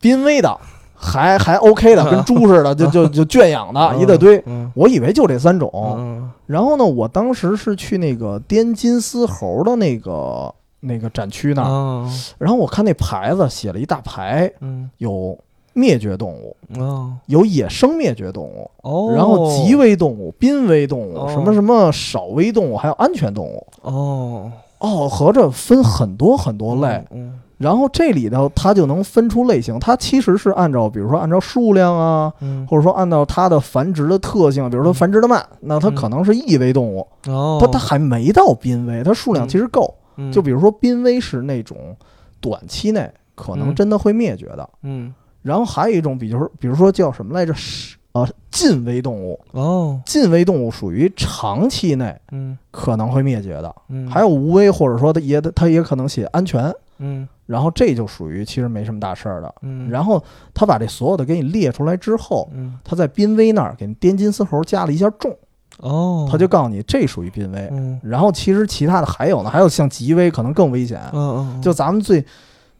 Speaker 1: 濒危的，还还 OK 的，跟猪似的，就就就圈养的
Speaker 2: 嗯
Speaker 1: 啊一大堆。哦
Speaker 2: 嗯
Speaker 1: 我以为就这三种。
Speaker 2: 嗯
Speaker 1: 然后呢，我当时是去那个滇金丝猴的那个那个展区那儿，
Speaker 2: 哦
Speaker 1: 然后我看那牌子写了一大排。
Speaker 2: 嗯
Speaker 1: 有灭绝动物，
Speaker 2: 哦
Speaker 1: 有野生灭绝动物，
Speaker 2: 哦，
Speaker 1: 然后极危动物、濒危动物、
Speaker 2: 哦
Speaker 1: 什么什么少危动物，还有安全动物。
Speaker 2: 哦
Speaker 1: 哦，合着分很多很多类，，
Speaker 2: 嗯
Speaker 1: 然后这里头它就能分出类型。它其实是按照，比如说按照数量啊，
Speaker 2: 嗯
Speaker 1: 或者说按照它的繁殖的特性，比如说繁殖的慢，那它可能是易危动物，
Speaker 2: 哦，嗯
Speaker 1: 不，它还没到濒危，它数量其实够。
Speaker 2: 它
Speaker 1: 就比如说濒危是那种短期内可能
Speaker 2: 嗯
Speaker 1: 真的会灭绝的，
Speaker 2: 嗯
Speaker 1: 然后还有一种，比如比如说叫什么来着？是呃，近危动物，
Speaker 2: 哦
Speaker 1: 近危动物属于长期内
Speaker 2: 嗯
Speaker 1: 可能会灭绝的，
Speaker 2: 嗯，
Speaker 1: 还有无危，或者说它也它也可能写安全，
Speaker 2: 嗯
Speaker 1: 然后这就属于其实没什么大事儿的。
Speaker 2: 嗯，
Speaker 1: 然后他把这所有的给你列出来之后，
Speaker 2: 嗯
Speaker 1: 他在濒危那儿给你颠金丝猴加了一下重，
Speaker 2: 哦，
Speaker 1: 他就告诉你这属于濒危。
Speaker 2: 嗯
Speaker 1: 然后其实其他的还有呢，还有像极危可能更危险，
Speaker 2: 嗯嗯，
Speaker 1: 就咱们最。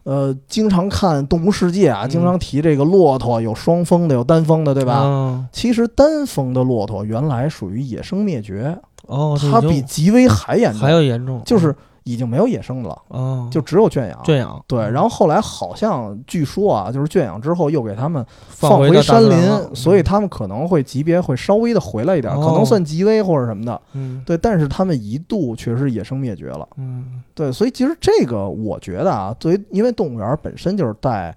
Speaker 1: 呃，经常看《动物世界》啊，
Speaker 2: 嗯
Speaker 1: 经常提这个骆驼有双峰的，有单峰的，对
Speaker 2: 对
Speaker 1: 吧？
Speaker 2: 吧？
Speaker 1: 其实单峰的骆驼原来属于野生灭绝，
Speaker 2: 哦，这
Speaker 1: 它
Speaker 2: 已经
Speaker 1: 比极危还严重，
Speaker 2: 还要严重，
Speaker 1: 就是已经没有野生的了，
Speaker 2: 哦，
Speaker 1: 就只有圈养。
Speaker 2: 圈养嗯
Speaker 1: 对，然后后来好像据说啊，就是圈养之后又给他们
Speaker 2: 放
Speaker 1: 回
Speaker 2: 到大
Speaker 1: 山
Speaker 2: 自
Speaker 1: 林，
Speaker 2: 然了嗯
Speaker 1: 所以他们可能会级别会稍微的回来一点，
Speaker 2: 哦
Speaker 1: 可能算极危或者什么的。
Speaker 2: 嗯
Speaker 1: 对，但是他们一度确实野生灭绝了。
Speaker 2: 嗯
Speaker 1: 对，所以其实这个我觉得啊，作为因为动物园本身就是带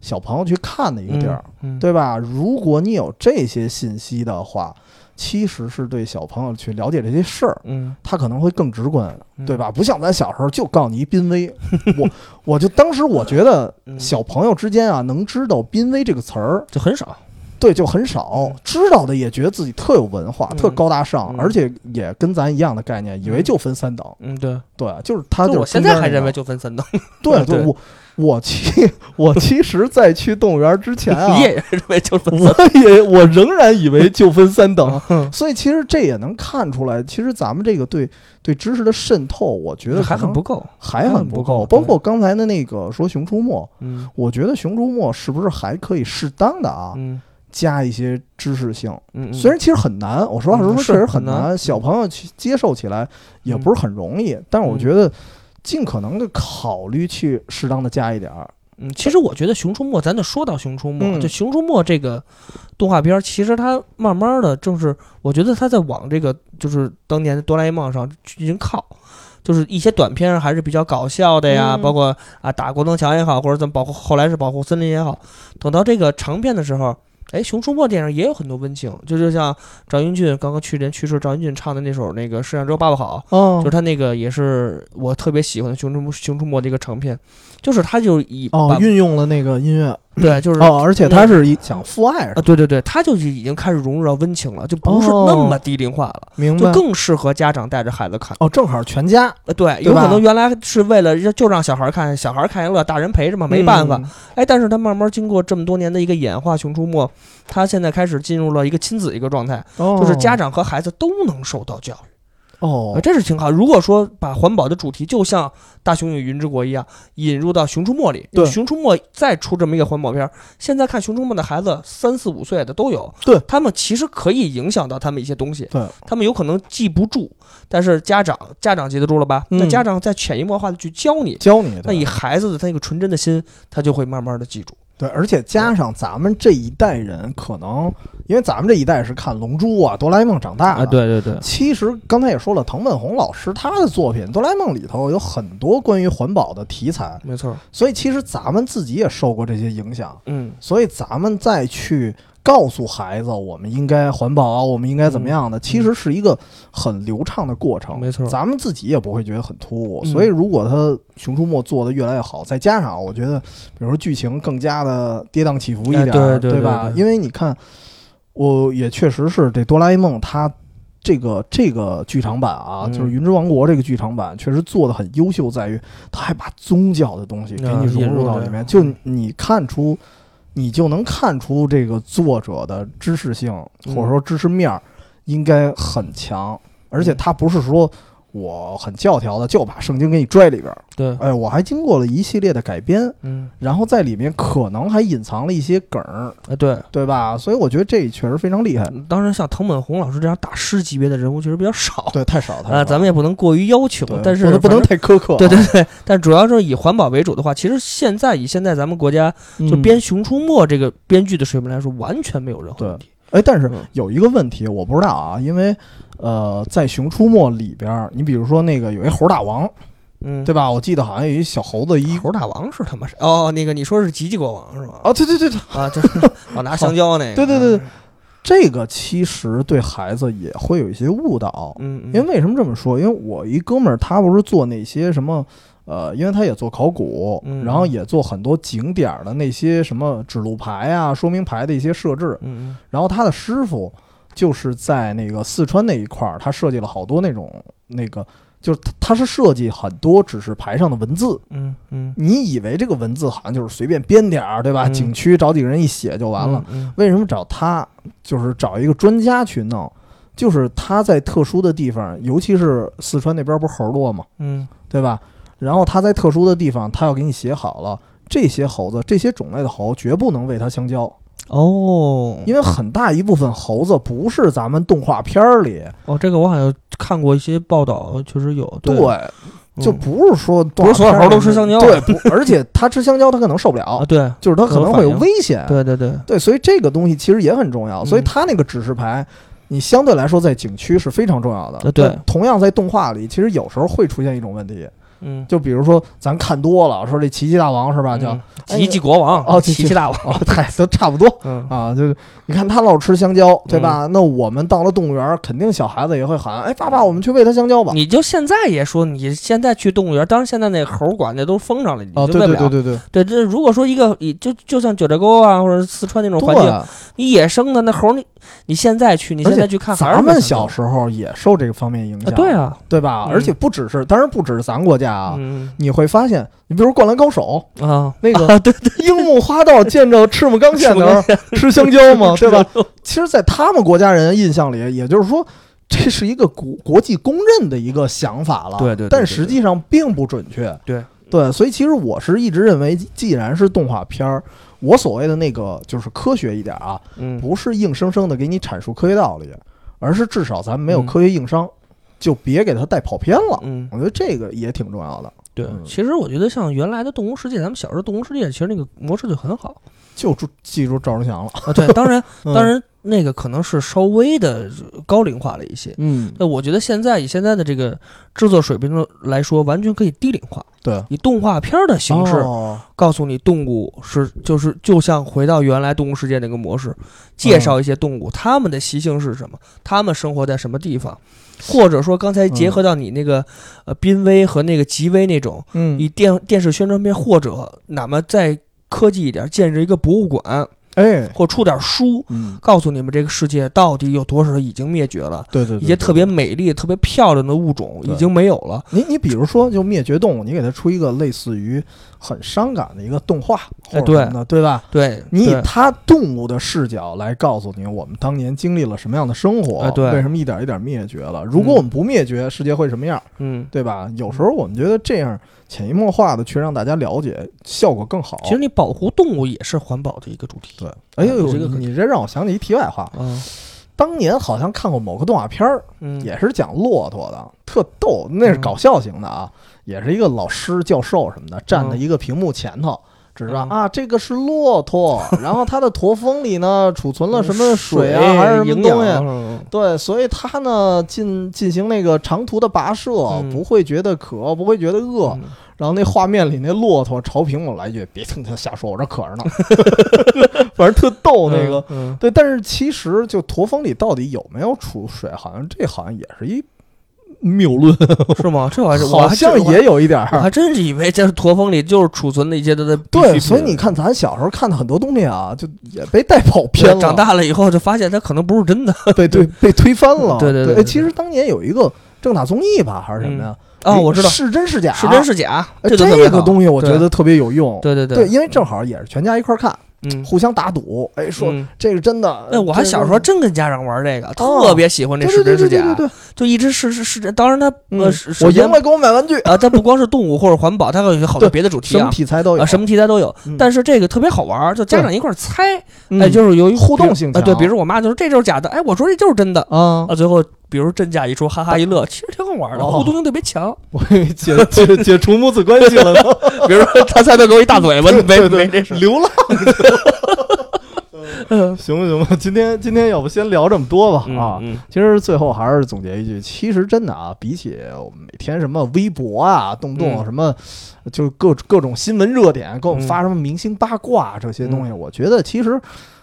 Speaker 1: 小朋友去看的一个地儿，
Speaker 2: 嗯，
Speaker 1: 对吧？如果你有这些信息的话，其实是对小朋友去了解这些事儿，
Speaker 2: 嗯
Speaker 1: 他可能会更直观，
Speaker 2: 嗯
Speaker 1: 对吧？不像咱小时候就告诉你一濒危，我我就当时我觉得
Speaker 2: 嗯
Speaker 1: 小朋友之间啊能知道濒危这个词儿，
Speaker 2: 就很少，
Speaker 1: 对，就很少
Speaker 2: 嗯
Speaker 1: 知道的也觉得自己特有文化、
Speaker 2: 嗯
Speaker 1: 特高大上，
Speaker 2: 嗯
Speaker 1: 而且也跟咱一样的概念，以为就分三等，
Speaker 2: 嗯对，
Speaker 1: 对，就是他就
Speaker 2: 就
Speaker 1: 是
Speaker 2: 我现
Speaker 1: 中间
Speaker 2: 在还
Speaker 1: 那个
Speaker 2: 认为就分三等，
Speaker 1: 对对，
Speaker 2: 对
Speaker 1: 我我其我其实，在去动物园之前啊，
Speaker 2: 你也认为就分三
Speaker 1: 我也我仍然以为就分三 等，
Speaker 2: 等，
Speaker 1: 所以其实这也能看出来，其实咱们这个对对知识的渗透，我觉得
Speaker 2: 嗯还
Speaker 1: 可能啊
Speaker 2: 很不够，
Speaker 1: 还很不
Speaker 2: 还
Speaker 1: 够。
Speaker 2: 很不够
Speaker 1: 包括刚才的那个说《熊出没》，
Speaker 2: 嗯
Speaker 1: 我觉得《熊出没》是不是还可以适当的啊
Speaker 2: 嗯
Speaker 1: 加一些知识性？
Speaker 2: 嗯，
Speaker 1: 虽然其实很难，我实话实说，
Speaker 2: 嗯是
Speaker 1: 确实很
Speaker 2: 很难嗯
Speaker 1: 难，小朋友去接受起来也不是很容易。但是我觉得尽可能的考虑去适当的加一点儿。
Speaker 2: 嗯，其实我觉得《熊出没》，咱就说到《熊出没》
Speaker 1: 嗯
Speaker 2: 就《熊出没》这个动画片儿，其实它慢慢的，正是我觉得它在往这个就是当年的《哆啦 A 梦》上进行靠，就是一些短片儿还是比较搞笑的呀，
Speaker 1: 嗯
Speaker 2: 包括啊打光灯墙也好，或者怎么保护，后来是保护森林也好，等到这个长片的时候。哎，《熊出没》电影也有很多温情，就就像赵英俊刚刚去年去世，赵英俊唱的那首那个《世上只有爸爸好》，
Speaker 1: 哦
Speaker 2: 就是他那个也是我特别喜欢的《熊出没》《熊出没》的一个长片，就是他就以
Speaker 1: 哦，
Speaker 2: 把
Speaker 1: 运用了那个音乐
Speaker 2: 对，就是
Speaker 1: 哦，而且
Speaker 2: 那
Speaker 1: 他是一想父爱是吧
Speaker 2: 啊，对对对，他就是已经开始融入到温情了，就不是那么低龄化了，
Speaker 1: 哦明
Speaker 2: 就更适合家长带着孩子看。
Speaker 1: 哦，正好全家
Speaker 2: 呃，对，
Speaker 1: 对
Speaker 2: 有可
Speaker 1: 吧
Speaker 2: 能原来是为了让就让小孩看，小孩看一乐，大人陪着嘛，没办法。
Speaker 1: 嗯
Speaker 2: 哎，但是他慢慢经过这么多年的一个演化，《熊出没》他现在开始进入了一个亲子一个状态，
Speaker 1: 哦
Speaker 2: 就是家长和孩子都能受到教育，呃
Speaker 1: 哦，
Speaker 2: 这是挺好。如果说把环保的主题，就像《大雄与云之国》一样，引入到《熊出没》里，
Speaker 1: 对
Speaker 2: 《熊出没》再出这么一个环保片儿，现在看《熊出没》的孩子，三四五岁的都有，
Speaker 1: 对
Speaker 2: 他们其实可以影响到他们一些东西，
Speaker 1: 对，
Speaker 2: 他们有可能记不住，但是家长家长记得住了吧？
Speaker 1: 嗯
Speaker 2: 那家长在潜移默化的去教你，
Speaker 1: 教你
Speaker 2: 那以
Speaker 1: 对
Speaker 2: 孩子的他那个纯真的心，他就会慢慢的记住。
Speaker 1: 对，而且加上咱们这一代人，可能因为咱们这一代是看《龙珠》啊、《哆啦 A 梦》长大的。
Speaker 2: 对对，
Speaker 1: 其实刚才也说了，藤本弘老师他的作品《哆啦 A 梦》里头有很多关于环保的题材，
Speaker 2: 没错，
Speaker 1: 所以其实咱们自己也受过这些影响，
Speaker 2: 嗯
Speaker 1: 所以咱们再去告诉孩子我们应该环保啊，我们应该怎么样的，其实是一个很流畅的过程，
Speaker 2: 没错
Speaker 1: 咱们自己也不会觉得很突兀。
Speaker 2: 嗯
Speaker 1: 所以如果他《熊出没》做得越来越好，再加上啊我觉得，比如说剧情更加的跌宕起伏一点，
Speaker 2: 哎对对
Speaker 1: 吧
Speaker 2: 对？对
Speaker 1: 因为你看，我也确实是这《哆啦 A 梦》它。这个这个剧场版啊，
Speaker 2: 嗯
Speaker 1: 就是《云之王国》这个剧场版，确实做的很优秀，在于它还把宗教的东西给
Speaker 2: 啊
Speaker 1: 你融
Speaker 2: 引入
Speaker 1: 入到
Speaker 2: 了
Speaker 1: 里面，就你看出你就能看出这个作者的知识性
Speaker 2: 嗯
Speaker 1: 或者说知识面儿应该很强，而
Speaker 2: 嗯
Speaker 1: 且他不是说我很教条的就把圣经给你拽里边儿，
Speaker 2: 对，
Speaker 1: 哎，我还经过了一系列的改编，
Speaker 2: 嗯
Speaker 1: 然后在里面可能还隐藏了一些梗儿，
Speaker 2: 啊对，
Speaker 1: 对吧？所以我觉得这确实非常厉害，
Speaker 2: 当然像藤本弘老师这样大师级别的人物其实比较少。
Speaker 1: 对，太少太
Speaker 2: 啊，
Speaker 1: 少，
Speaker 2: 咱们也不能过于要求
Speaker 1: 对，
Speaker 2: 但是
Speaker 1: 不能不能
Speaker 2: 反
Speaker 1: 太
Speaker 2: 正
Speaker 1: 苛刻啊，
Speaker 2: 对对对，但主要是以环保为主的话，其实现在以现在咱们国家
Speaker 1: 嗯
Speaker 2: 就编《熊出没》这个编剧的水平来说，完全没有任何
Speaker 1: 对
Speaker 2: 问题。
Speaker 1: 哎，但是
Speaker 2: 嗯
Speaker 1: 有一个问题我不知道啊，因为呃，在《熊出没》里边儿，你比如说那个有一猴大王，
Speaker 2: 嗯，
Speaker 1: 对吧？我记得好像有一小猴子一
Speaker 2: 猴大王是他妈谁？哦，那个你说是吉吉国王是吧？
Speaker 1: 哦，对对对对，
Speaker 2: 啊，就是 老拿香蕉那个。
Speaker 1: 对对对对这个其实对孩子也会有一些误导。
Speaker 2: 嗯，嗯，
Speaker 1: 因为为什么这么说？因为我一哥们儿，他不是做那些什么，呃，因为他也做考古，
Speaker 2: 嗯
Speaker 1: 然后也做很多景点儿的那些什么指路牌啊、说明牌的一些设置。
Speaker 2: 嗯
Speaker 1: 然后他的师傅就是在那个四川那一块儿，他设计了好多那种那个就是它它是设计很多指示牌上的文字，
Speaker 2: 嗯嗯，
Speaker 1: 你以为这个文字好像就是随便编点儿，对吧？
Speaker 2: 嗯
Speaker 1: 景区找几个人一写就完了。
Speaker 2: 嗯，
Speaker 1: 为什么找他？就是找一个专家去弄，就是他在特殊的地方，尤其是四川那边不是猴多吗？
Speaker 2: 嗯
Speaker 1: 对吧？然后他在特殊的地方，他要给你写好了，这些猴子、这些种类的猴绝不能喂它香蕉，
Speaker 2: 嗯，哦，
Speaker 1: 因为很大一部分猴子不是咱们动画片儿里
Speaker 2: 哦，这个我好像看过一些报道，确实有，对，嗯
Speaker 1: 就不是说动
Speaker 2: 不是所有
Speaker 1: 画片儿
Speaker 2: 猴都吃香蕉
Speaker 1: 对，不， 而且它吃香蕉，它可能受不了
Speaker 2: 啊，，对
Speaker 1: 就是它可能会有危险，
Speaker 2: 对对对，
Speaker 1: 对，所以这个东西其实也很重要，
Speaker 2: 嗯
Speaker 1: 所以它那个指示牌，你相对来说在景区是非常重要的。
Speaker 2: 呃对
Speaker 1: 但同样在动画里，其实有时候会出现一种问题，
Speaker 2: 嗯，
Speaker 1: 就比如说咱看多了，说这奇迹大王是吧？叫、
Speaker 2: 嗯吉吉国王，
Speaker 1: 哦
Speaker 2: 奇
Speaker 1: 吉
Speaker 2: 迹大王，
Speaker 1: 哦，嗨，都差不多
Speaker 2: 嗯
Speaker 1: 啊，就是你看他老吃香蕉，对吧？那我们到了动物园儿，肯定小孩子也会喊，哎，爸爸，我们去喂他香蕉吧。
Speaker 2: 你就现在也说，你现在去动物园，当然现在那猴馆那都封上了，你就
Speaker 1: 哦，对
Speaker 2: 喂
Speaker 1: 对
Speaker 2: 不
Speaker 1: 对
Speaker 2: 了。
Speaker 1: 对对，
Speaker 2: 对，这如果说一个，你就就像九寨沟啊，或者四川那种环
Speaker 1: 对
Speaker 2: 境，
Speaker 1: 啊。
Speaker 2: 你野生的那猴，你你现在去，你
Speaker 1: 而
Speaker 2: 现在
Speaker 1: 且
Speaker 2: 去看，还
Speaker 1: 咱
Speaker 2: 是
Speaker 1: 们
Speaker 2: 没
Speaker 1: 小
Speaker 2: 看
Speaker 1: 时候也受这个方面影
Speaker 2: 到
Speaker 1: 响，
Speaker 2: 啊，对，啊，
Speaker 1: 对吧？
Speaker 2: 嗯
Speaker 1: 而且不只是，当然不只是咱国家啊，
Speaker 2: 嗯
Speaker 1: 你会发现，你比如《灌篮高手》，
Speaker 2: 啊，
Speaker 1: 那个、对对，樱木花道见着赤木刚宪的时 候吃香蕉嘛，对吧？其实，在他们国家人印象里，也就是说，这是一个国国际公认的一个想法了。
Speaker 2: 对对对
Speaker 1: 但实际上并不准确。
Speaker 2: 对
Speaker 1: 对，所以其实我是一直认为，既然是动画片儿，我所谓的那个就是科学一点啊，
Speaker 2: 嗯，
Speaker 1: 不是硬生生的给你阐述科学道理，而是至少咱们没有
Speaker 2: 嗯
Speaker 1: 科学硬伤，就别给它带跑偏了。
Speaker 2: 嗯，
Speaker 1: 我觉得这个也挺重要的，
Speaker 2: 对
Speaker 1: 嗯，
Speaker 2: 其实我觉得像原来的《动物世界》，咱们小时候《动物世界》其实那个模式就 很好
Speaker 1: 就注记住赵忠祥了。
Speaker 2: 啊。对，当然，
Speaker 1: 嗯
Speaker 2: 当，然那个可能是稍微的高龄化了一些。
Speaker 1: 嗯，
Speaker 2: 那我觉得现在以现在的这个制作水平的来说，完全可以低龄化，
Speaker 1: 对。
Speaker 2: 以动画片儿的形式
Speaker 1: 哦
Speaker 2: 告诉你动物是就是就像回到原来动物世界那个模式，介绍一些动物它们的习性是什么，它们生活在什么地方，或者说刚才结合到你那个、呃濒危和那个极危那种，
Speaker 1: 嗯
Speaker 2: 以，电电视宣传片或者哪么再科技一点，建设一个博物馆
Speaker 1: 哎，
Speaker 2: 或出点书，
Speaker 1: 嗯，
Speaker 2: 告诉你们这个世界到底有多少已经灭绝了。
Speaker 1: 对对对，
Speaker 2: 一些特别美丽、特别漂亮的物种
Speaker 1: 对
Speaker 2: 已经没有了，
Speaker 1: 对，你你比如说，就灭绝动物，你给它出一个类似于很伤感的一个动画或
Speaker 2: 哎
Speaker 1: 者
Speaker 2: 对
Speaker 1: 什么的，对吧？
Speaker 2: 对，
Speaker 1: 你以
Speaker 2: 对
Speaker 1: 它动物的视角来告诉你，我们当年经历了什么样的生活
Speaker 2: 哎，对
Speaker 1: 为什么一点一点灭绝了？如果
Speaker 2: 嗯
Speaker 1: 我们不灭绝，世界会什么样？
Speaker 2: 嗯，
Speaker 1: 对吧？有时候我们觉得这样潜移默化的去让大家了解，效果更好。
Speaker 2: 其实你保护动物也是环保的一个主题，
Speaker 1: 哦对，
Speaker 2: 嗯
Speaker 1: 哎呦，
Speaker 2: 这个
Speaker 1: 你你这让我想起一题外话，
Speaker 2: 啊，
Speaker 1: 当年好像看过某个动画片儿，
Speaker 2: 嗯，
Speaker 1: 也是讲骆驼的，特逗，那是搞笑型的啊，
Speaker 2: 嗯
Speaker 1: 也是一个老师、教授什么的，站在一个屏幕前头，只知道
Speaker 2: 嗯
Speaker 1: 啊，这个是骆 驼，然后它的驼峰里呢储存了什么
Speaker 2: 嗯水
Speaker 1: 啊，还是什
Speaker 2: 营
Speaker 1: 么
Speaker 2: 养
Speaker 1: 东西？
Speaker 2: 啊
Speaker 1: 对，所以它呢进进行那个长途的跋涉，
Speaker 2: 嗯
Speaker 1: 不会觉得渴，不会觉得饿。
Speaker 2: 嗯
Speaker 1: 然后那画面里那骆驼朝屏幕来一句：“别听他瞎说，我这渴 着呢。”反正特逗哦那个。
Speaker 2: 嗯
Speaker 1: 对，但是其实就驼峰里到底有没有储水，好像这好像也是一谬论，
Speaker 2: 嗯是吗？这我还是我
Speaker 1: 好
Speaker 2: 还
Speaker 1: 像
Speaker 2: 真
Speaker 1: 也有一点
Speaker 2: 我
Speaker 1: 儿。
Speaker 2: 还真是以为这驼峰里就是储存的一些它的必需品
Speaker 1: 对，所以你看，咱小时候看的很多东西啊，就也被带跑偏了，
Speaker 2: 长大了以后就发现它可能不是真的
Speaker 1: 被对被推翻了。
Speaker 2: 对对
Speaker 1: 对
Speaker 2: 对对
Speaker 1: 其实当年有一个正大综艺吧，还是什么呀？
Speaker 2: 啊，我知道
Speaker 1: 是真哎是假？
Speaker 2: 是真是假，
Speaker 1: 哎。这
Speaker 2: 就特别好
Speaker 1: 个东西我
Speaker 2: 对
Speaker 1: 觉得特别有用。
Speaker 2: 对对
Speaker 1: 对，因为正好也是全家一块儿看，
Speaker 2: 嗯，
Speaker 1: 互相打赌。哎，说
Speaker 2: 嗯
Speaker 1: 这个真的。
Speaker 2: 那我还小时候真跟家长玩这个，
Speaker 1: 哦
Speaker 2: 特别喜欢
Speaker 1: 这
Speaker 2: 这
Speaker 1: 个
Speaker 2: 是真
Speaker 1: 对
Speaker 2: 是
Speaker 1: 对对
Speaker 2: 假
Speaker 1: 对，对
Speaker 2: 就一直是是是真。当然它
Speaker 1: 对，
Speaker 2: 呃，
Speaker 1: 嗯
Speaker 2: 是
Speaker 1: 我
Speaker 2: 首先
Speaker 1: 赢了，给我买玩具，
Speaker 2: 啊，它不光是动物或者环保，它还有好
Speaker 1: 对
Speaker 2: 多别的主题
Speaker 1: 什么
Speaker 2: 啊，
Speaker 1: 题材都有
Speaker 2: 啊，什么题材都有
Speaker 1: 嗯。
Speaker 2: 但是这个特别好玩儿，就家长一块儿猜，
Speaker 1: 嗯呃
Speaker 2: 哎，就是由于
Speaker 1: 互动性
Speaker 2: 啊，对，
Speaker 1: 强
Speaker 2: 比如我妈就说这就是假的，哎，我说这就是真的
Speaker 1: 啊，
Speaker 2: 啊，最后比如真假一出，哈哈一乐，其实挺好玩的，
Speaker 1: 哦
Speaker 2: 互动性特 别强。
Speaker 1: 我以为解解解除母子关系了呢，
Speaker 2: 比如说他猜到给我一大嘴巴，没
Speaker 1: 对对
Speaker 2: 没这事。
Speaker 1: 流 浪。
Speaker 2: 嗯
Speaker 1: 行吧行吧，今天今天要不先聊这么多吧啊。
Speaker 2: 嗯
Speaker 1: 其实最后还是总结一句，其实真的啊，比起我们每天什么微博啊，动不动
Speaker 2: 嗯
Speaker 1: 什么，就各各种新闻热点，给我们
Speaker 2: 嗯
Speaker 1: 发什么明星八卦啊这些东西，我觉得其实，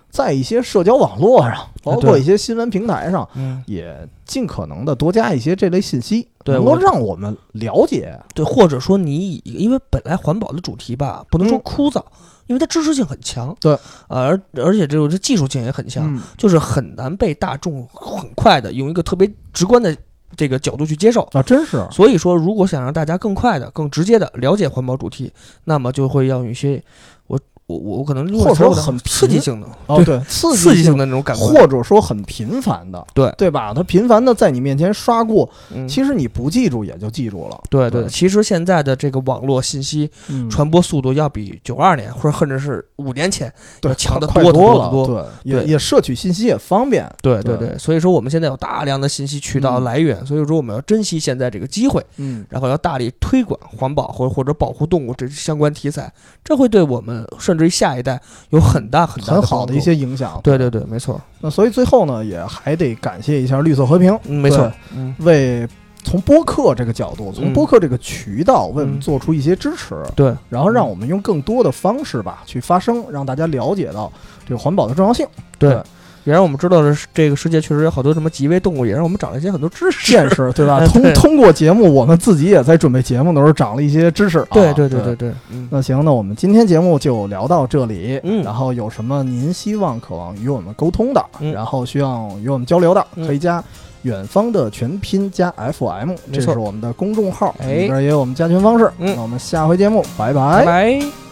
Speaker 1: 在一些社交网络上，包括
Speaker 2: 哎对
Speaker 1: 一些新闻平台上，
Speaker 2: 嗯，
Speaker 1: 也尽可能的多加一些这类信息，
Speaker 2: 对
Speaker 1: 能够
Speaker 2: 我
Speaker 1: 让我们了解。
Speaker 2: 对，或者说你以因为本来环保的主题吧，不能说
Speaker 1: 嗯
Speaker 2: 枯燥，因为它知识性很强，
Speaker 1: 对
Speaker 2: 啊，而而且这种这技术性也很强，
Speaker 1: 嗯，
Speaker 2: 就是很难被大众很快的用一个特别直观的这个角度去接受。
Speaker 1: 啊，真是
Speaker 2: 所以说，如果想让大家更快的、更直接的了解环保主题，那么就会要有一些我我我可能如果
Speaker 1: 或者说
Speaker 2: 的
Speaker 1: 很
Speaker 2: 刺激
Speaker 1: 频
Speaker 2: 性的、
Speaker 1: 哦，对，刺
Speaker 2: 刺
Speaker 1: 激
Speaker 2: 激性的那种感官。
Speaker 1: 或者说很频繁的，
Speaker 2: 对
Speaker 1: 对吧？它频繁的在你面前刷过，
Speaker 2: 嗯，
Speaker 1: 其实你不记住也就记住了。
Speaker 2: 对对，
Speaker 1: 对
Speaker 2: 其实现在的这个网络信息
Speaker 1: 嗯
Speaker 2: 传播速度要比九二年或者甚至是五年前
Speaker 1: 对
Speaker 2: 要强得
Speaker 1: 快
Speaker 2: 多得
Speaker 1: 多
Speaker 2: 得多。
Speaker 1: 了，对，也
Speaker 2: 对
Speaker 1: 也摄取信息也方便。
Speaker 2: 对对
Speaker 1: 对
Speaker 2: 对，所以说我们现在有大量的信息渠道
Speaker 1: 嗯
Speaker 2: 来源，所以说我们要珍惜现在这个机会，
Speaker 1: 嗯，
Speaker 2: 然后要大力推广环保或或者保护动物这相关题材，这会对我们甚至于下一代有很大很大
Speaker 1: 很好
Speaker 2: 的
Speaker 1: 的
Speaker 2: 帮
Speaker 1: 一
Speaker 2: 助。
Speaker 1: 些影响。
Speaker 2: 对对对，没错，
Speaker 1: 那所以最后呢，也还得感谢一下绿色和平，
Speaker 2: 嗯，没错
Speaker 1: 对，
Speaker 2: 嗯，
Speaker 1: 为从播客这个角度，从
Speaker 2: 嗯
Speaker 1: 播客这个渠道为我们
Speaker 2: 嗯
Speaker 1: 做出一些支持，
Speaker 2: 对，
Speaker 1: 然后让我们用更多的方式吧去发声，让大家了解到这个环保的重要性，
Speaker 2: 对
Speaker 1: 对，
Speaker 2: 也让我们知道了是这个世界确实有好多什么极危动物，也让我们长了一些很多知识。
Speaker 1: 见 识对吧？
Speaker 2: 嗯
Speaker 1: 通
Speaker 2: 对
Speaker 1: 通过节目，我们自己也在准备节目的时候长了一些知识啊。
Speaker 2: 对对对对对，嗯，
Speaker 1: 那行，那我们今天节目就聊到这里。
Speaker 2: 嗯
Speaker 1: 然后有什么您希望、渴望与我们沟通的，
Speaker 2: 嗯
Speaker 1: 然后希望与我们交流的，
Speaker 2: 嗯
Speaker 1: 可以加远方的全拼加 FM，
Speaker 2: 没
Speaker 1: 这
Speaker 2: 错
Speaker 1: 是我们的公众号，
Speaker 2: 哎
Speaker 1: 里边也有我们加群方式。
Speaker 2: 嗯
Speaker 1: 那我们下回节目，拜
Speaker 2: 拜拜。